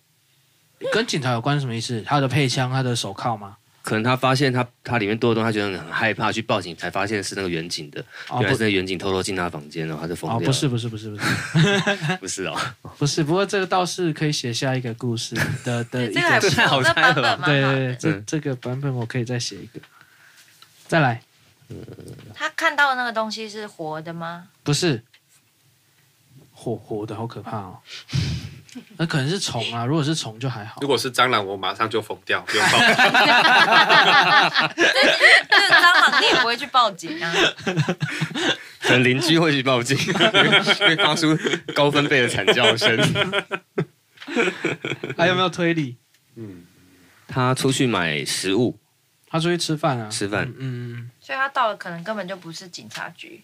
跟警察有关是什么意思？他的配枪，他的手铐吗？
可能他发现他他里面多的东西，他觉得很害怕，去报警才发现是那个远景的，
哦
原来
不
是那个远景偷偷进他房间，然后他就疯
哦
掉了。
不是不是不是不是
不是哦，
不是，不过这个倒是可以写下一个故事 的的
对，
一
这个还不
个，
错，
好
这
猜了
版
吧
本蛮好
哦对对
的
对，。这
嗯
这个版本我可以再写一个，再来
他看到的那个东西是活的吗？
不是，火火的好可怕 哦。那可能是虫啊，如果是虫就还好
如。果是蟑螂，我马上就疯掉，不用报。
就是蟑螂，你也不会去报 警啊？
可能邻居会去报警，会发出高分贝的惨叫声。
还有没有推理？
嗯，
他出去买食物，
他出去吃饭啊，
吃饭
嗯嗯，嗯
所以他到了，可能根本就不是警察局。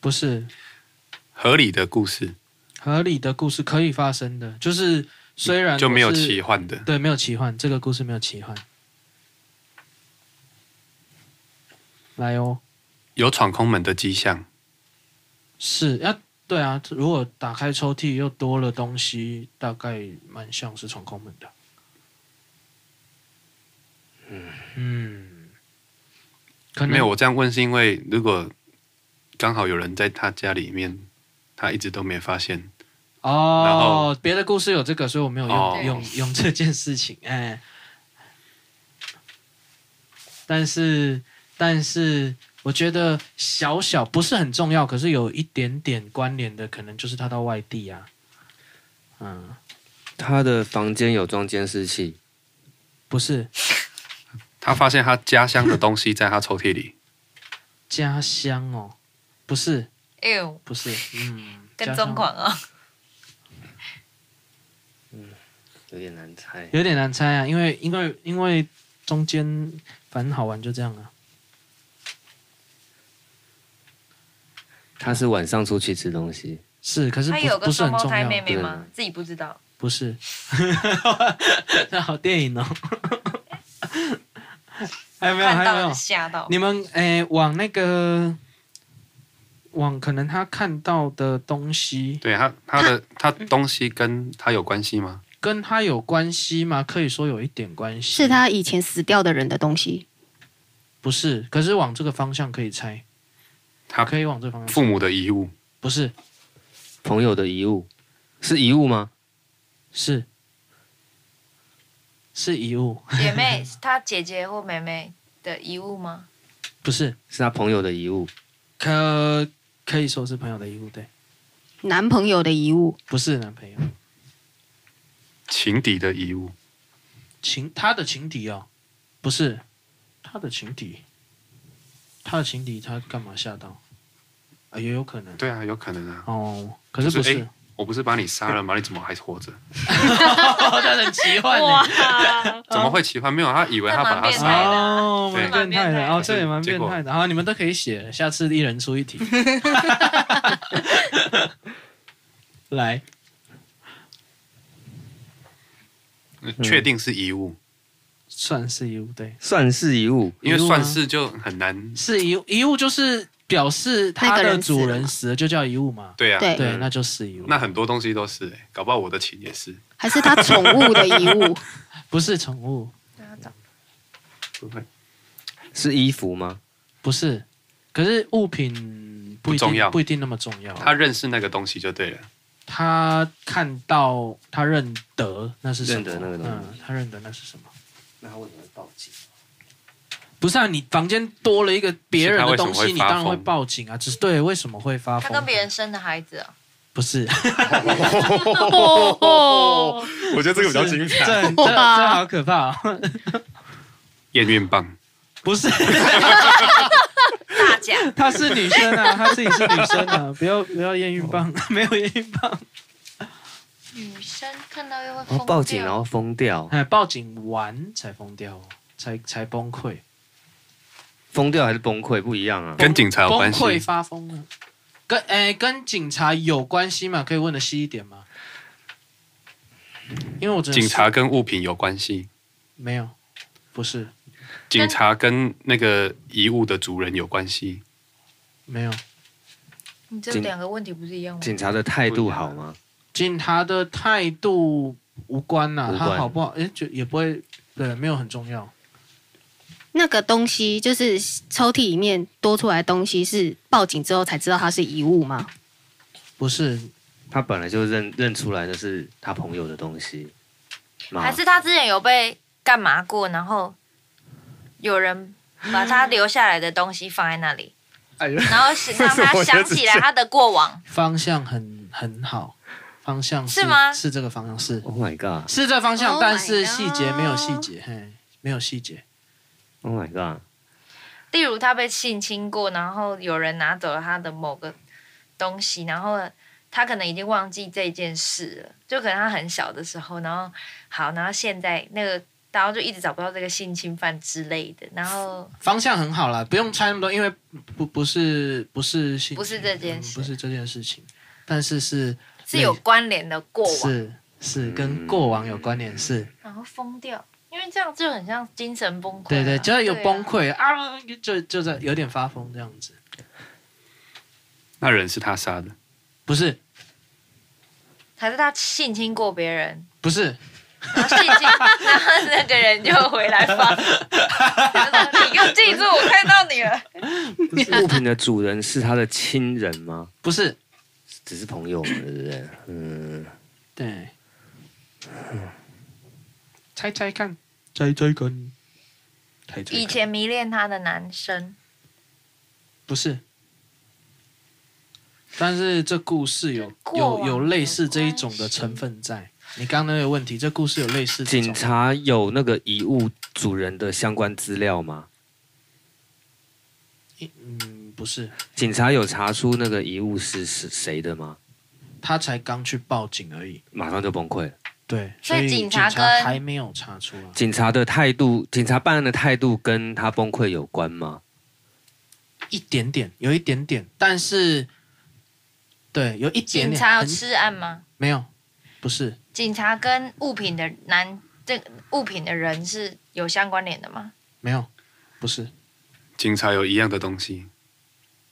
不是
合理的故事
合理的故事可以发生的，就是虽然
就没有
我是
奇幻的，
对，没有奇幻，这个故事没有奇幻。来哦，
有闯空门的迹象，
是要、啊、对啊，如果打开抽屉又多了东西，大概蛮像是闯空门的。嗯可能
没有。我这样问是因为，如果刚好有人在他家里面，他一直都没发现，然
哦
后，
别的故事有这个，所以我没有用、
哦
用用这件事情，哎，但是但是我觉得小小不是很重要，可是有一点点关联的，可能就是他到外地啊，嗯，
他的房间有装监视器，
不是
他发现他家乡的东西在他抽 屉里，
家乡哦，不是
哎呦，
不是，嗯，
跟
家乡
踪狂啊！
有点难猜。
有点难猜啊，因为因为因为中间反正好玩就这样啊，
他是晚上出去吃东西，
是，可是不
他有个
不是
双
很
胞
重
胎
要，
妹妹
对
吗？自己不知道。
不是， 那好电 影哦。还有没有？还
看
有没
到
有
就？吓到。
你们诶、往那个往可能他看到的东西
对他他的他东西跟他有关系吗？
跟他有关系吗？可以说有一点关系。
是他以前死掉的人的东西，
不是？可是往这个方向可以猜，
他
可以往这方向猜。
啊父母的遗物，
不是，
朋友的遗物，是遗物吗？
是是遗物，
姐妹，她姐姐或妹妹的遗物吗？
不是？
是他朋友的遗物，
可可以说是朋友的遗物，对，
男朋友的遗物，
不是男朋友，
情敌的遗物，
情他的情敌哦，不是他的情敌，他的情敌他干嘛吓到？啊，也有可能
对啊，有可能啊。
哦，可是不
就是是，我不是把你杀了吗？你怎么还活着？哎
他很奇幻
哇
呢，，呃
怎么会奇幻？没有，他以为他把他
那蛮变态
杀
的
了。
哦，
对
蛮变态的，哦，
对
这也蛮变态的，好，你们都可以写，下次一人出一题， 来，
确定是遗物，
算是遗物，对，
算是遗物。
因为
遗物啊
算是就很难。
是遗物遗物就是表示
那
他
个
的
人死
主
了
人
嘛
死了就叫遗物嘛，
对啊，
对
对，
嗯
那就是遗物，
那很多东西都是、欸，搞不好我的琴也是。
还是他宠物的遗物？
不是宠物，
不会
是衣服吗？
不是，可是物品不一定
不重要
不一定那么重要。
他认识那个东西就对了。
他看到他认得那是什么？
认得那个东西
嗯，他认得那是什么？
那他为什么会报警？
不是啊，你房间多了一个别人的东
是他为什么
西，
会
你
发疯
当然会报警啊。只是对，为什么会发
她
疯？
跟别人生的孩子 啊？
不 是，
哦，
我觉得这个比较精
这这
彩。
这好可怕、哦！
验孕棒，
不 是，
大假
她是女生啊，她自己是女生啊，不要不要验孕棒， 没有验孕棒。
女生看到又会
然
疯
后
掉
哦报警，然后疯掉，
哎，报警完才疯掉哦，才才崩溃，
疯掉还是崩溃不一样啊。
跟警察有
崩
关系。
溃发疯了。跟哎、跟警察有关系吗？可以问的细一点吗？因为我只能
警察跟物品有关系，
没有，不是
警察跟那个遗物的主人有关系。
没有。
你这
警
两个问题不是一样吗？
警察的态度好吗？
警察的态度无关呐、
无关
他好不好？哎、就也不会，对，没有很重要。
那个东西就是抽屉里面多出来的东西，是报警之后才知道它是遗物吗？
不是，
他本来就认认出来的是他朋友的东西
啊
吗？
还是她之前有被干嘛过，然后有人把她留下来的东西放在那 里，
哎
然后是让她想起来她的过往。
方向很很好，方向
是吗
是这个方向是
Oh my god!
是这个方向
Oh
但是
my god
细节没有细节，嘿，没有细节。
Oh my god!
例如她被性侵过，然后有人拿走了她的某个东西，然后她可能已经忘记这件事了，就可能她很小的时候，然后好，然后现在那个。然后就一直找不到这个性侵犯之类的，然后
方向很好啦，不用猜那么多，因为不不是不是性
不是这件事
嗯不是这件事情，但是是
是有关联的过往，嗯
是是跟过往有关联，是
然后疯掉，因为这样就很像精神崩溃啊、
对对，只要有
对啊
崩溃啊就就在有点发疯这样子，
那人是他杀的，
不是
还是他性侵过别人，
不是，
然后性侵， 然后那个人就回来放。你给我记住，我看到你了。
物品的主人是他的亲人吗？
不是，
只是朋友嘛，对不对？嗯，
对，猜猜看，
嗯猜猜看，猜
以前迷恋他的男生，
不是。但是这故事有
过
有
往
有类似
有
这一种的
关系
成分在。你刚刚那个问题，这故事有类似这
警
种。
察有那个遗物主人的相关资料吗？
嗯，不是，
警察有查出那个遗物是是谁的吗？
他才刚去报警而已。
马上就崩溃了。
对，所
所以
以
警
警
察
察
跟
还没有查出来。
警察的态度，警察办案的态度跟他崩溃有关吗？
一点点，有一点点，但是，对，有一点点。
警察有
很
吃案吗？
没有？不是，
警察跟物品的男，这个物品的人是有相关联的吗？
没有，不是。
警察有一样的东西，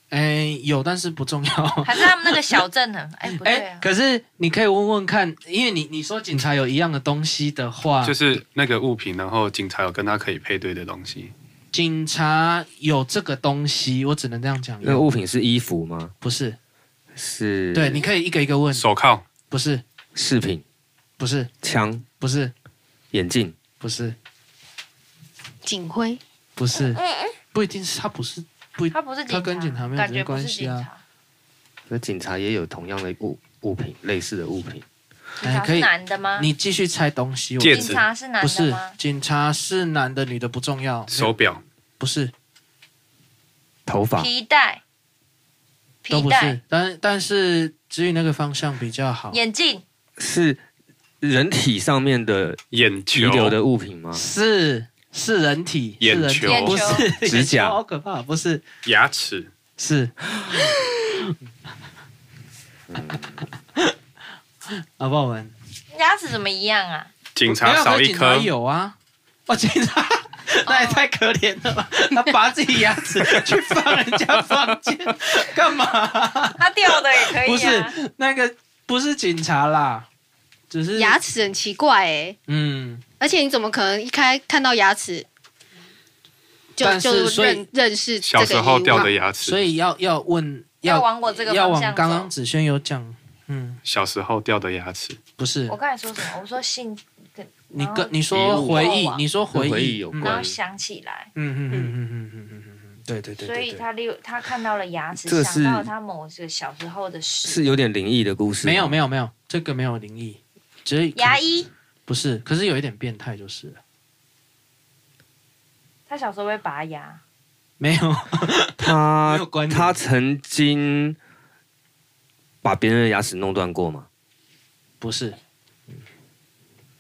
哎，有，但是不重要。
还是他们那个小镇 很？哎，不对
哎
啊，，
可是你可以问问看，因为你你说警察有一样的东西的话，
就是那个物品，然后警察有跟他可以配对的东西，
警察有这个东西，我只能这样讲。
那个物品是衣服吗？
不是，
是
对，你可以一个一个问。
手铐、
不是，
饰品、
不是，
枪、
不是，
眼镜、
不是，
警徽
不是，不一定是他不是不一
嗯他不是警察，
他跟警察没有
感
直
觉
接
不是
关系啊
警察
那警察也有同样的物物品，类似的物品，
警察
可
是
以
男的吗？
你继续猜东西。我
戒指
警察是男
不
的
是
吗？
警察是男的女的不重要，
手表、
不是
头发
皮带，
都
皮
不
带
是，，但但是指引那个方向比较好。
眼镜，
是人体上面的
眼
遗
球、
留的物品吗？
是是人体，是
眼
人体
球
眼
不
球
是
指甲
眼球 好可怕，不是
牙齿、
是。阿豹文，
牙齿怎么一样啊？
警察少一
没有
颗
警察，有啊，哦，警 察。那也太可怜了吧！他拔自己牙齿去放人家房间，干嘛、
它掉的也可
不
以
是
啊。
那个，不是警察啦，只是
牙齿很奇怪哎、
嗯，
而且你怎么可能一开看到牙齿就
但是
就
所以
认认识这
小
个
时候
遗物
掉
啊
的牙齿，
所以要要问
要往我这个
要
方
往
向
刚刚
走。
子轩有讲，嗯，
小时候掉的牙齿，
不是
我啊刚才说什么？我说性，
你
然后
跟你说回
遗
忆
物啊，
你说回
跟回忆
忆
有
嗯
然后
关
想起来，
嗯嗯嗯嗯嗯嗯嗯嗯嗯，对对对
所
对
以
对，
他溜他看到了牙齿
这个，
想到了
是
他某个小时候的事。
是有点灵异的故事吗，
没有没有没有，这个没有灵异，只是可
牙医，
不是，可是有一点变态就是了
他小时候会拔牙，
没有没有
他
关联
他曾经把别人的牙齿弄断过吗？
不是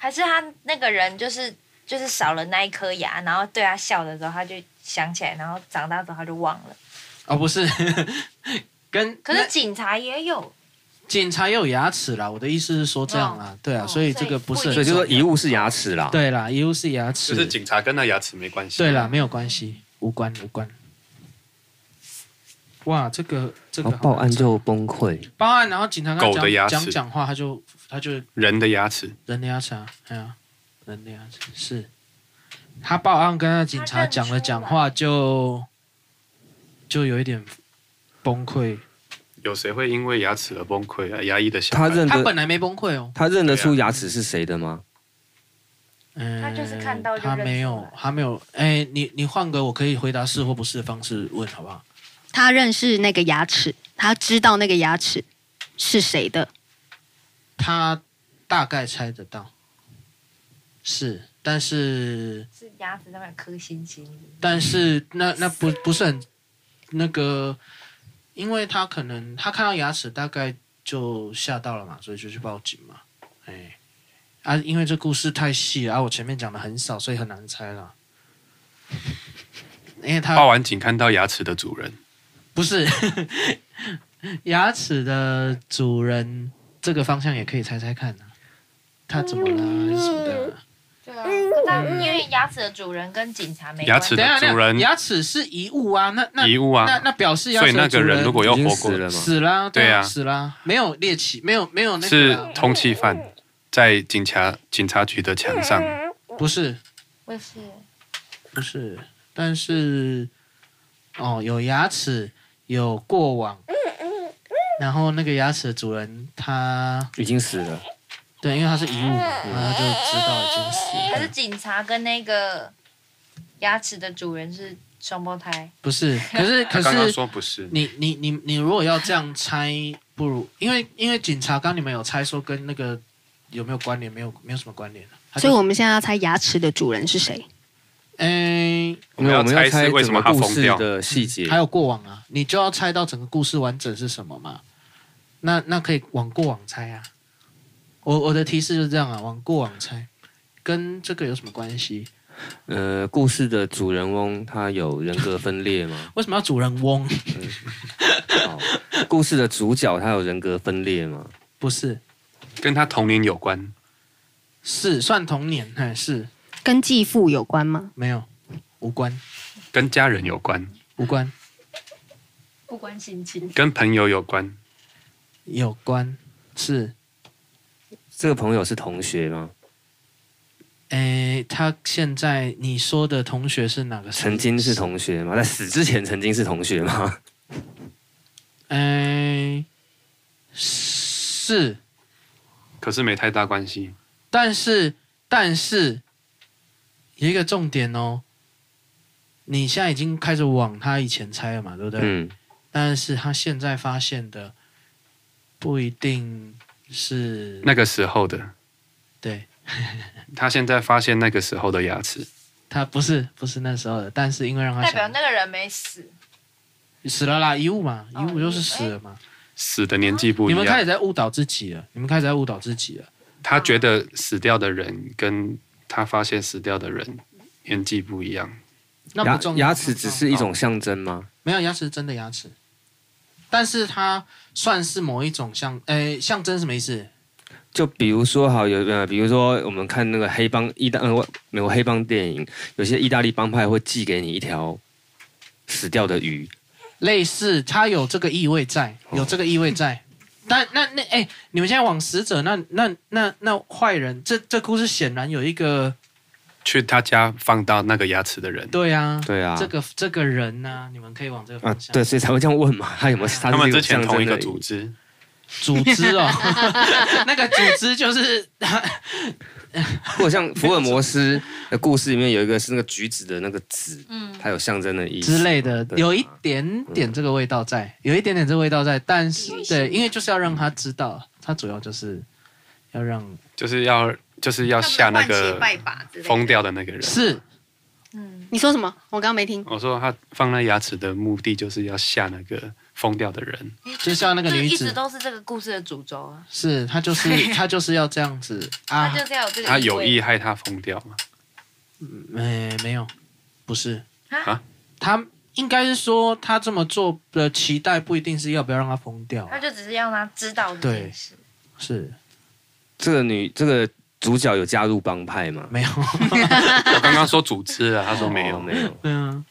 还是他那个人就是就是少了那一颗牙，然后对他笑的时候，他就想起来，然后长大之后他就忘了。
哦不是， 跟
可是
那
警察也有，
警察也有牙齿啦，我的意思是说这样啦，对啊，
哦
所以这个不是
所
很
所以就
重
说
要
遗物是牙齿啦。，
对啦，遗物是牙
就是
齿，
警察跟那牙齿没关系。
对啦，没有关系，无关无关。哇，这个这个
然后报
好
案
难
就崩溃。
报案，然后警察跟他
狗的牙
讲
齿
讲讲话，他就他就
人的牙齿，
人的牙齿啊，哎呀、人的牙齿是。他报案跟那警察讲了讲话就，就有一点崩溃。
有谁会因为牙齿而崩溃啊？牙医的小
他
孩，
认
他
得
本来没崩溃哦，
他认得
啊
出牙齿是谁的吗？
嗯，
他就是看到就
他
认
没
出
有
来，
他没有。哎，你你换个我可以回答是或不是的方式问好不好？
他认识那个牙齿，他知道那个牙齿是谁的，
他大概猜得到，是，但是
是牙齿上面有颗星星。
但是那那不不是很那个，因为他可能他看到牙齿大概就吓到了嘛，所以就去报警嘛。哎，啊，因为这故事太细了啊，我前面讲的很少，所以很难猜啦。 因为
报
他
完警看到牙齿的主人，
不是 牙齿的主人，这个方向也可以猜猜看啊，他怎么啦，还是什么的啊、
对啊，那但因为牙齿的主人跟警察没
牙
关
齿的
系，
等一下，等
主
一下
人
牙齿是遗物啊，那那
遗物啊，
那那表示牙
所
齿
以那
的
个
主
人如果又
已经
活过
死，了嘛，
死啦，对
对啊
死啦，没有猎奇，没有没有那个
是
啦，
通缉犯，在警察警察局的墙上，
不是
我也是
不是，但是哦，有牙齿，有过往，然后那个牙齿的主人他
已经死了，
对，因为他是遗物嘛，然后他就知道已经死
还是
了，
警察跟那个牙齿的主人是双胞胎，
不 是，可是可
他刚刚
是
说不是，
你你你你如果要这样猜，不如因为因为警察刚你们有猜说跟那个有没有关联，没有没有什么关联啊他
所以
就
我们现在要猜牙齿的主人是谁。
嗯、
我们要
我们要
猜
猜
是为什么他
整个故
疯
事
掉
的细节
还。有过往啊，你就要猜到整个故事完整是什么嘛。那那可以往过往猜啊。我我的提示就是这样啊，往过往猜，跟这个有什么关系？？
呃，故事的主人翁他有人格分裂吗
为什么要主人翁？
好，故事的主角他有人格分裂吗？
不是，
跟他童年有关，
是算童年，还是
跟继父有关吗？
没有无关
跟家人有关，
无关
不关心情。
跟朋友有关，
有关是。
这个朋友是同学吗？
诶，他现在你说的同学是哪个？
曾经是。同学吗？在死之前曾经是同学吗？
诶，是，
可是没太大关系。
但是但是有一个重点哦，你现在已经开始往他以前猜了嘛，对不对？
嗯，
但是他现在发现的不一定是
那个时候的
对
他现在发现那个时候的牙齿，
他不是不是那时候的，但是因为让他
代表
想
那个人没死，
死了啦，遗物嘛，
哦
遗物就是死了嘛。
死的年纪不
你
一
们开
样
始。在误导自己了，你们开始在误导自己了。
他觉得死掉的人跟他发现死掉的人年纪不一样，
那
牙
不重要
牙齿只是一种象征吗？
没有牙齿是真的牙齿，但是它算是某一种象诶象征什么意思？
就比如说，好有呃，比如说我们看那个黑帮意大呃外美国黑帮电影，有些意大利帮派会寄给你一条死掉的鱼，
类似，它有这个意味在，
哦
有这个意味在。但那那哎、你们现在往死者那那那那坏人，这这故事显然有一个
去他家放到那个牙齿的人，
对啊，
对啊，
这个这个人呢、你们可以往这个
啊
方，向。
对，所以才会这样问嘛， 他有 没有？
他
他是
们
有
之前
象征
同一个
的
组织，
组织 哦，那个组织就是
或 者像福尔摩斯的故事里面有一个是那个橘子的那个籽，
嗯，
它有象征的意思
之类的，
对
有一点点这个味道在，有一点点这个味道在，但是对，因为就是要让他知道，他主要就是要让
就是要就是要下那个
拜把之类的
疯掉的那个人。
是
嗯，
你说什么？我刚刚没听。
我说他放那牙齿的目的就是要吓那个疯掉的人，
就像那个
就
女
一直
子，
都是这个故事的主轴啊，
是她就是 她就是要这样子啊
他，就是要有这个
他
意
有
味
意害他疯掉嘛？
没没有，不是
啊，
他应该是说他这么做的期待不一定是要不要让他疯掉啊，
他就只是让他知道这件事。
是
这个女这个主角有加入帮派吗？
没有，
我刚刚说组织啊，他说没有
哦，没有。
嗯，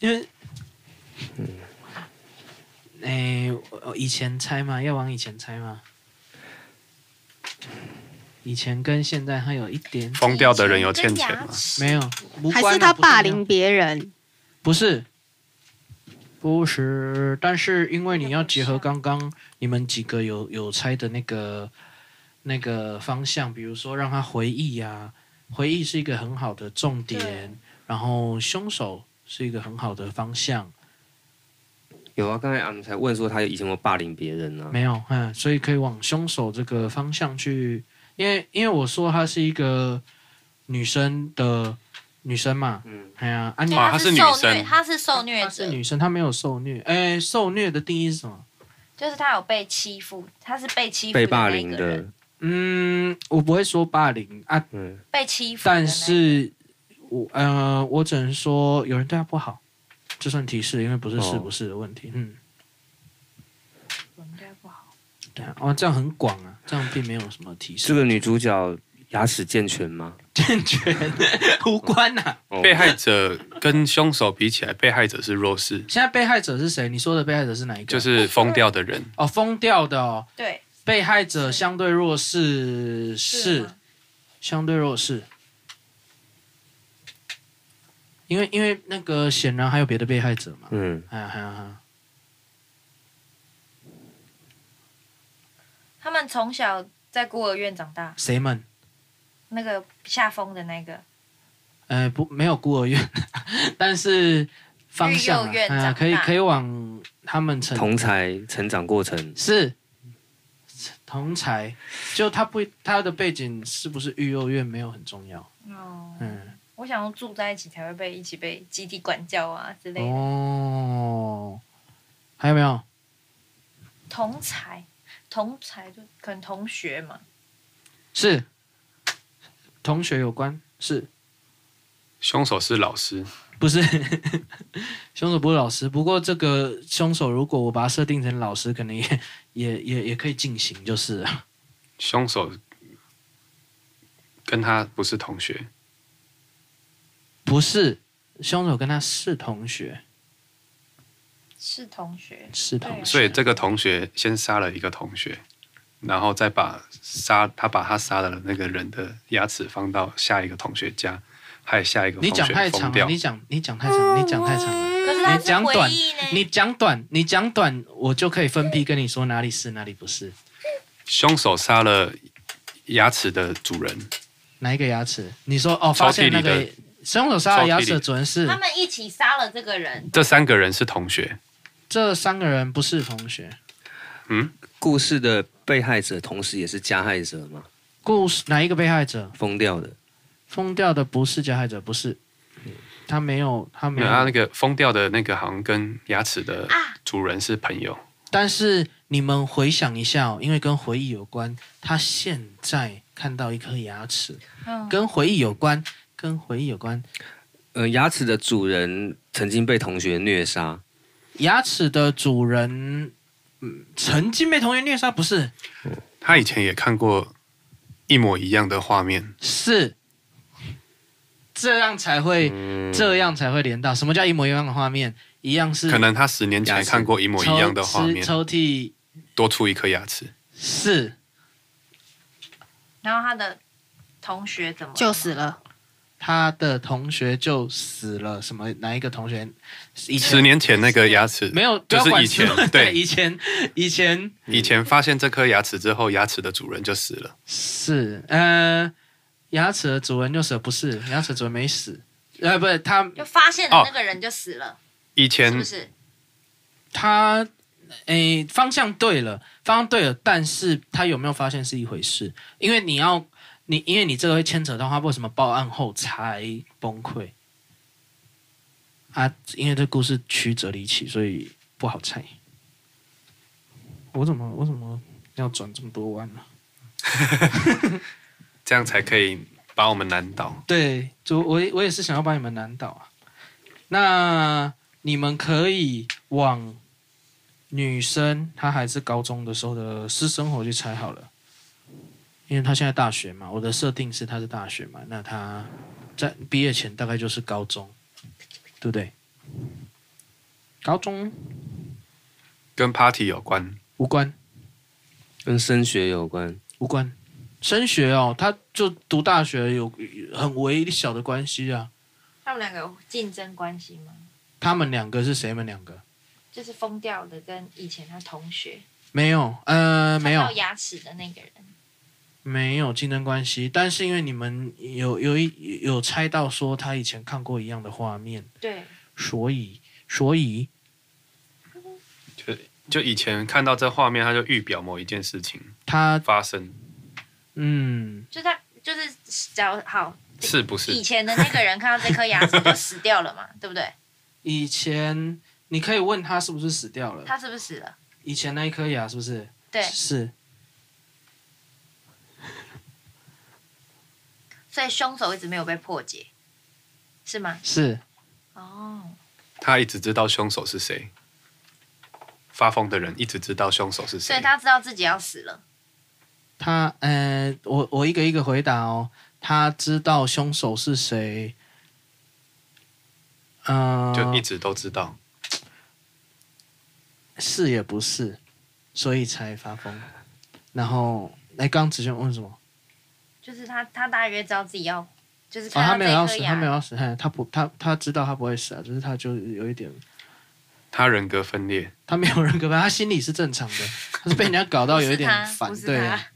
因为，哎、我我以前猜嘛，要往以前猜嘛，以前跟现在还有一点
疯掉的人有欠钱
跟牙
吗？
齿
没有，无
还
关
是
啊
他
不重要
霸凌别人？
不是，不是，但是因为你要结合刚刚你们几个有有猜的那个那个方向，比如说让他回忆呀、回忆是一个很好的重
对
点，然后凶手是一个很好的方向，
有啊，刚才俺们才问说他以前有没有霸凌别人啊？
没有，嗯，所以可以往凶手这个方向去，因为因为我说她是一个女生的女生嘛，
嗯，
哎呀，啊你
哇
他
她是女
受虐，
生
他是受虐
她是
者，
女生，她没有受虐，哎，受虐的定义是什么？
就是他有被欺负，他是被欺负的
被霸
那
凌
个
的
人，，
嗯，我不会说霸凌啊，
嗯，
被欺负的那个。
但是我呃，我只能说有人对他不好，这算提示，因为不是
哦
是不是的问题。嗯，
我们对他不好，
对啊，哦，这样很广啊，这样并没有什么提示。
这个女主角牙齿健全吗？
健全无关呐、啊
哦
被害者跟凶手比起来，被害者是弱势，
现在被害者是谁？你说的被害者是哪一个？
就是疯掉的人。
哦，疯掉的哦。
对，
被害者相对弱势是
吗
相对弱势，因为因为那个显然还有别的被害者嘛。
嗯，
哎呀哎呀，哎呀
他们从小在孤儿院长大，
谁们？
那个下风的那个，
呃，不，没有孤儿院， 但是方向、啊
育幼院
哎呀
长大
可以可以往他们成
同才成长过程，
是同才，就他不他的背景是不是育幼院没有很重要，
哦，
嗯，
我想要住在一起才会被一起被集体管教啊之类的。
哦，还有没有？
同才，同才就可能同学嘛，
是同学有关，是
凶手是老师，
不是 凶手不是老师？不过这个凶手如果我把它设定成老师，可能也也也也可以进行，就是了
凶手跟他不是同学，
不是凶手跟他是同学，
是同学。
是同
对
学，
所以这个同学先杀了一个同学，然后再把杀他把他杀了那个人的牙齿放到下一个同学家，害下一个
你
同
讲
学
太
疯
长
掉
了，你。讲你讲太长了，你讲太长了。
嗯
可是他
你
是
讲
回
短
忆呢？
你讲短，你讲短，我就可以分批跟你说哪里是哪里不是。
凶手杀了牙齿的主人，
哪一个牙齿？你说哦，发现那
抽屉
个
里
凶手杀了牙
抽屉
齿
里
的主人是
他们一起杀了这个人，
这三个人是同学，
这三个人不是同学。
故事的被害者同时也是加害者嘛，
故事哪一个被害者？
疯掉的
疯掉的不是加害者，不是，他没有，他没
没
有。
有他那个疯掉的那个好像跟牙齿的主人是朋友，
但是你们回想一下、哦，因为跟回忆有关，他现在看到一颗牙齿，
嗯，
跟回忆有关，跟回忆有关。
呃，牙齿的主人曾经被同学虐杀，
牙齿的主人，嗯，曾经被同学虐杀，不是，
他以前也看过一模一样的画面，
是这样才会，
嗯
这样才会连到。什么叫一模一样的画面？一样是
可能他十年
牙
前
齿
看过一模一样的画面，
抽抽屉
多出一颗牙齿。
是。
然后他的同学怎么
就死？了。
他的同学就死了，什么哪一个同学？以
十
前
年前那个牙齿
没有，不
就
要
是
管
以前
什么
对
以前以前
以前发现这颗牙齿之后，牙齿的主人就死了。
是呃，牙齿的主人就死了，不是牙齿的主人没死，呃，不是他
就发现
哦
了那个人就死
哦
了，
以前
是不是？
他诶、方向对了，方向对了，但是他有没有发现是一回事，因为你要你因为你这个会牵扯到他为什么报案后才崩溃啊，因为这故事曲折离奇，所以不好猜。我怎么我怎么要转这么多弯呢、
这样才可以把我们难倒。
对，就我也我也是想要把你们难倒啊。那你们可以往女生她还是高中的时候的私生活去猜好了，因为她现在大学嘛，我的设定是她是大学嘛，那她在毕业前大概就是高中，对不对？高中
跟 party 有关，
无关
跟升学有 关，
无关，升学哦，她就读大学有很微小的关系啊。
他们两个有竞争关系吗？
他们两个是谁们两个？
就是疯掉的跟以前他同学
没有，呃，没有
看到，牙齿的那个人，
没有竞争关系，但是因为你们有有一有猜到说他以前看过一样的画面，
对，
所以所以
就就以前看到这画面，他就预表某一件事情
他
发生，
嗯
就他就是假如好
是不是
以？前的那个人看到这颗牙齿就死掉了嘛，对 不对？
以前你可以问他是不是死掉了，
他是不是死了？
以前那一颗牙是不是？
对，
是
所以凶手一直没有被破解，是吗？
是
哦，
他一直知道凶手是谁，发疯的人一直知道凶手是
所
谁
以，他知道自己要死了，
他呃，我我一个一个回答哦。他知道凶手是谁，嗯、
就一直都知道。
是也不是，所以才发疯。然后，哎，刚刚子轩问什么？
就是他他大约知道自己要，就是
哦，
看
他
到
没
这
有要
颗
死，
牙，
他没有要死，嘿他不，他他知道他不会死啊，只是他就有一点，
他人格分裂，
他没有人格吧，他心理是正常的，他是被人家搞到有一点
不是他
烦
不，是
对
他
啊。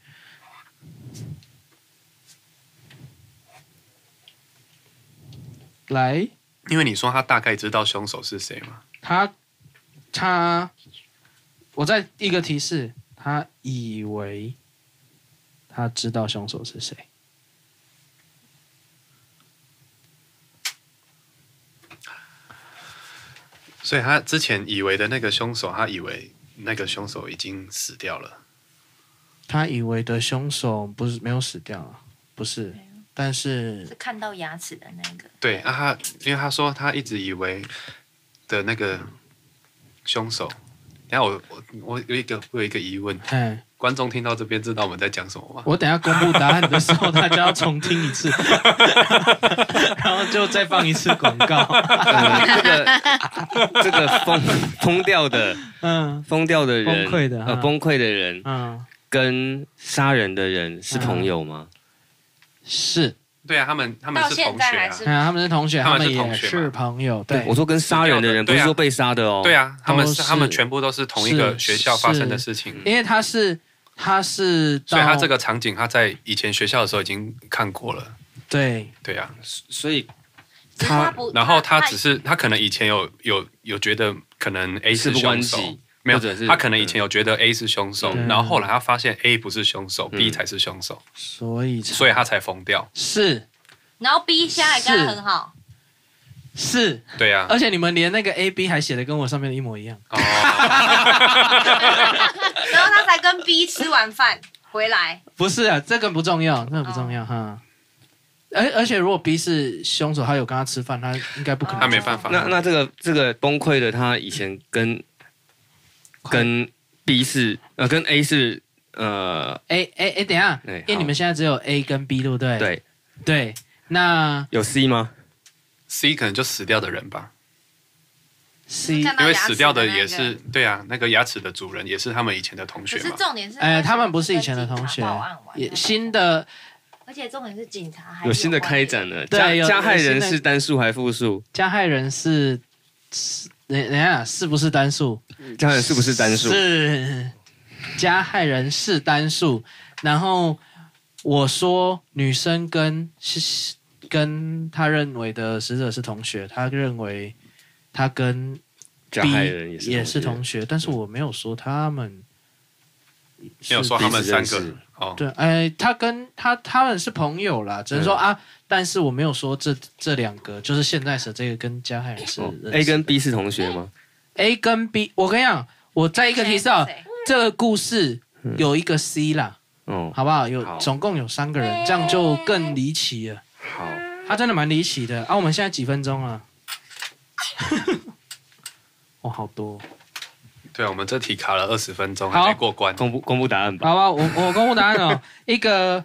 来，
因为你说他大概知道凶手是谁嘛，
他他，我再一个提示，他以为他知道凶手是谁。
所以他之前以为的那个凶手，他以为那个凶手已经死掉了。
他以为的凶手不是没有死掉啊，不是，但
是
是
看到牙齿的那个，
对啊他，因为他说他一直以为的那个凶手。然后我我我有一个我有一个疑问，
哎，
观众听到这边知道我们在讲什么吗？
我等一下公布答案的时候，大家要重听一 次，然后就再放一次广 告。
呃这个这个疯疯掉的
嗯
疯掉的
崩
人，
溃的
呃
哈
崩溃的人
嗯，
跟杀人的人是朋友吗？
是，
对啊，他们他们
到
是
现
同学
在还
啊，
是
哎，他们是同学，
他们是
也
同学嘛
是朋友，对，
我说跟杀人的人不
对啊
是说被杀的哦。
对啊，他们
都
是
是
他们全部都是同一个
是
学校发生的事
嗯
情，
因为他是他是到，
所以他这个场景他在以前学校的时候已经看过了，
对
对啊，
所以
只是他不，
然后他
他
只是他可能以前有有有觉得可能 A
事
是
不关
凶手
己，，
没有
或者是，
他可能以前有觉得 A 是凶手，
嗯
然后后来他发现 A 不是凶手
嗯
，B 才是凶手，
所以才
所以他才疯掉。
是
然后 B 现在还跟
是
他很好，
是，
对啊，
而且你们连那个 A B 还写的跟我上面的一模一样，
哦，
然后他才跟 B 吃完饭回来，
不是啊，这个不重要，那个不重要哈。而而且如果 B 是凶手，他有跟他吃饭，他应该不可能
他没 办法，
那那这个这个崩溃的他以前跟跟 B 是呃跟 A 是呃
A A A，等一下，
哎
因为你们现在只有 A 跟 B，对不对？
对
对，那
有 C 吗？
C 可能就死掉的人吧，
C
看到
因为
牙齿
死掉的
那个
也是对啊，那个牙齿的主人也是他们以前的同学
可是
嘛，
重点是，
哎他们不是以前的同学
报案完
也新，的
而且重点是警察还
有新的开展了，
对
加
有
加害人
有新的
是单数还复数？
加害人是是，等等一下是不是单数？
加害人是不是单数？
是加害人是单数，然后我说女生跟是跟他认为的死者是同学，他认为他跟 B
加害人也是
也是同
学，
学，但是我没有说他们
没有说他们三
彼此认
个
识
哦，
对，哎，他跟他他们是朋友啦，只能说、
嗯
啊，但是我没有说这这两个就是现在死这个跟加害人是
哦
认识的、
A 跟 B 是同学吗？
A 跟 B，我跟你讲，我再一
一
个提示啊，这个故事有一个 C 啦。
哦，
好不好？有
好
总共有三个人，这样就更离奇了。
好，
他真的蛮离奇的啊！我们现在几分钟啊？ 哇、好多！
对啊，我们这题卡了二十分钟
好
还没过关，
公布公布答案吧。
好吧，我我公布答案哦。一个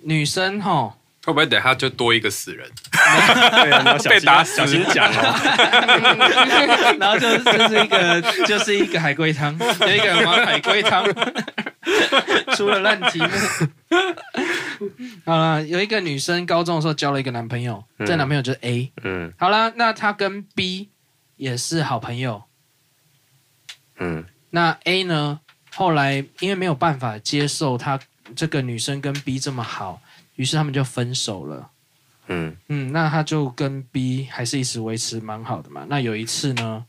女生哈，
会不会等下就多一个死人？
对啊，你要小
被打死
小心讲哦。
然后就是就是一个就是一个海龟汤，有一个人玩海龟汤，出了烂题目。好了，有一个女生高中的时候交了一个男朋友，这个男朋友就是 A。
嗯
好啦，那她跟 B 也是好朋友，
嗯
那 A 呢，后来因为没有办法接受他这个女生跟 B 这么好，于是他们就分手了。
嗯
嗯，那他就跟 B 还是一直维持蛮好的嘛。那有一次呢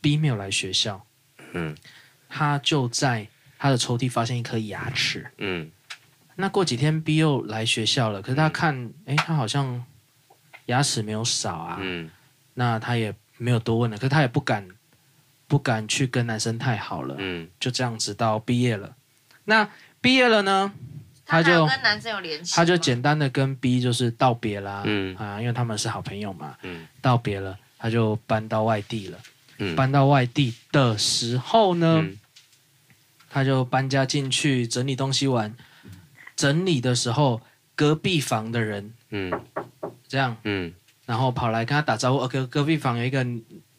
，B 没有来学校，
嗯
他就在他的抽屉发现一颗牙齿。
嗯
那过几天 B 又来学校了，可是他看，诶，他好像牙齿没有少啊。
嗯
那他也没有多问了，可是他也不敢不敢去跟男生太好了。
嗯
就这样子到毕业了。那毕业了呢，
他
他
还
就
有跟男生有联系吗，
他就简单的跟 B 就是道别啦，
嗯
啊，因为他们是好朋友嘛，
嗯
道别了，他就搬到外地了。
嗯
搬到外地的时候呢，
嗯
他就搬家进去整理东西完，整理的时候，隔壁房的人
嗯
这样，
嗯
然后跑来跟他打招呼。呃，隔隔壁房有一个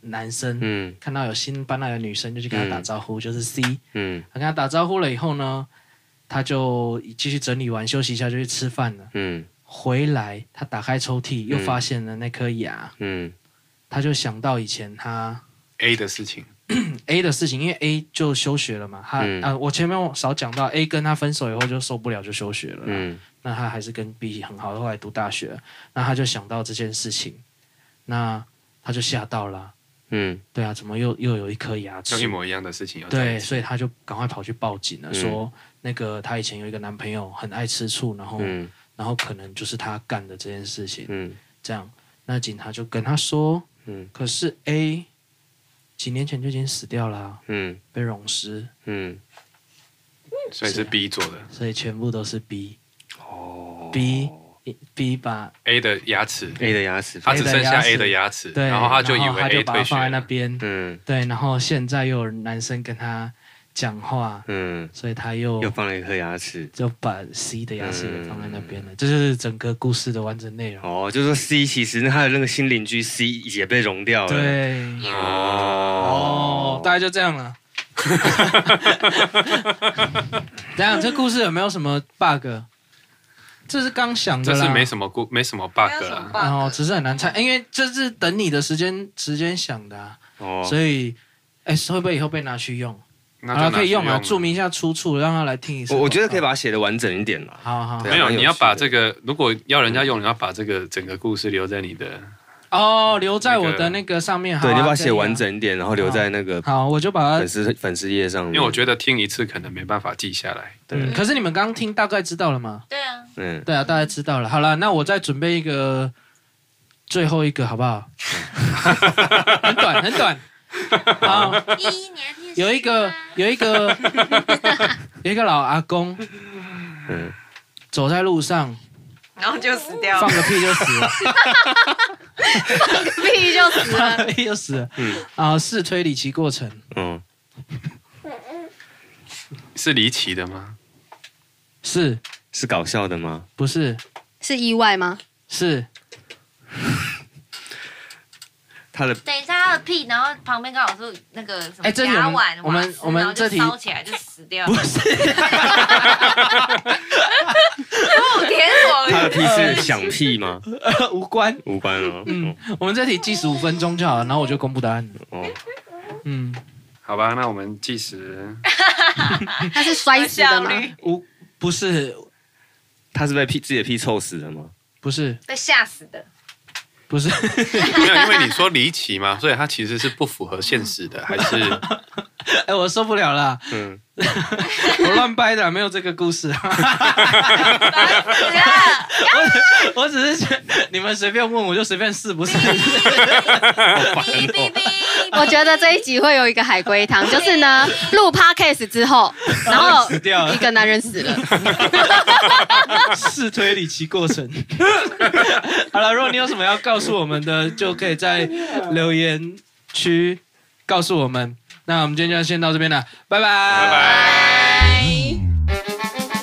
男生，
嗯
看到有新搬来的女生，就去跟他打招呼，就是 C。
嗯
他跟他打招呼了以后呢，他就继续整理完休息一下就去吃饭了。
嗯
回来，他打开抽屉，又
嗯
发现了那颗牙，
嗯
他就想到以前他
A 的事情，
A 的事情，因为 A 就休学了嘛。他、
嗯
啊，我前面少讲到 A 跟他分手以后就受不了，就休学了。
嗯
那他还是跟 B 很好，后来读大学，那他就想到这件事情，那他就吓到了。
嗯
对啊，怎么又又有一颗牙齿
就一？模一样的事情又在
对，
一起
所以他就赶快跑去报警了，
嗯
说那个他以前有一个男朋友很爱吃醋，然后、
嗯
然后可能就是他干的这件事情，
嗯
这样，那警察就跟他说，
嗯
可是 A 几年前就已经死掉了啊，
嗯
被溶尸，
嗯，
所以是 B 做的
所以全部都是 B
哦
B B 把
A 的牙齿，
A 的牙齿，
他只剩下
A
A
的
的牙齿，
对，
然后他就以
然后
为
他
A
就把
退
它
学
放在那
了，
边，
嗯
对，然后现在又有男生跟他讲话，
嗯，
所以他又
又放了一颗牙齿。
就把 C 的牙齿也放在那边了，这就是整个故事的完整内容。
嗯哦，就说 C 其实他的那个新邻居 C 也被融掉了。，
对，
哦
哦，大概就这样了。 怎样？这故事有没有什么 bug？这是刚想的
这
啦，
是没什么故，没什么 bug
没有什么
啦
bug。
然后只是很难猜，哎因为这是等你的时间时间想的、啊，
哦，
所以哎，会不会以后被拿去用？
那
好
就
了，
拿
可以
去
用
用
啊，
了
注明一下出处，让他来听一次。
我我觉得可以把它写的完整一点啦。
好好好
对啊
没有，嗯
蛮有
你要
趣
把
的
这个，如果要人家用，你要把这个整个故事留在你的。
哦，留在我的那个上面。好
对，
啊
你把它写完。
可以
整一点，然后留在那个
啊好，我就把它
粉丝粉丝页上面。
因为我觉得听一次可能没办法记下来。
嗯，可是你们刚刚听大概知道了吗？
对 啊，
嗯，
对啊，大概知道了。好了，那我再准备一个最后一个，好不好？很短，很短。好，
一年级
有一个
啊
有一个有一个老阿公，
嗯
走在路上
然后就死掉
放
了，
个屁就 死了，
屁就死
放
了。
个屁就死了。
嗯
啊，试推理其过程，
嗯
是离奇的吗？
是
是搞笑的吗？
不是？
是意外吗？
是
他 的
等一下，他的屁，然后旁边刚好是那个什么
哎这里我
甲
们
烷，
我们
瓦斯
我们
然后就
这题
烧起来就死掉
不
了。
是？
不甜我
哎
他的屁是响屁吗？
无关。
无关哦。嗯
我们这题计时五分钟就好了，然后我就公布答案了。
哦，
嗯，
好吧，那我们计时。
他 是摔死的吗？
无不是
他是被屁自己的屁臭死的吗？
不是
被吓死的，
不是
没有，因为你说离奇嘛，所以它其实是不符合现实的，还是
哎、我受不了了，
嗯，
我乱掰的，没有这个故事。
烦死 了！
我只是觉得你们随便问，我就随便试，不是？
哔哔哔，
我觉得这一集会有一个海龟汤，就是呢，录 podcast 之后，然后
死掉了
哦一个男人死了，
试推理其过程。 好了，如果你有什么要告诉我们的，就可以在留言区告诉我们。那我们今天就先到这边了，拜拜，拜拜。
拜。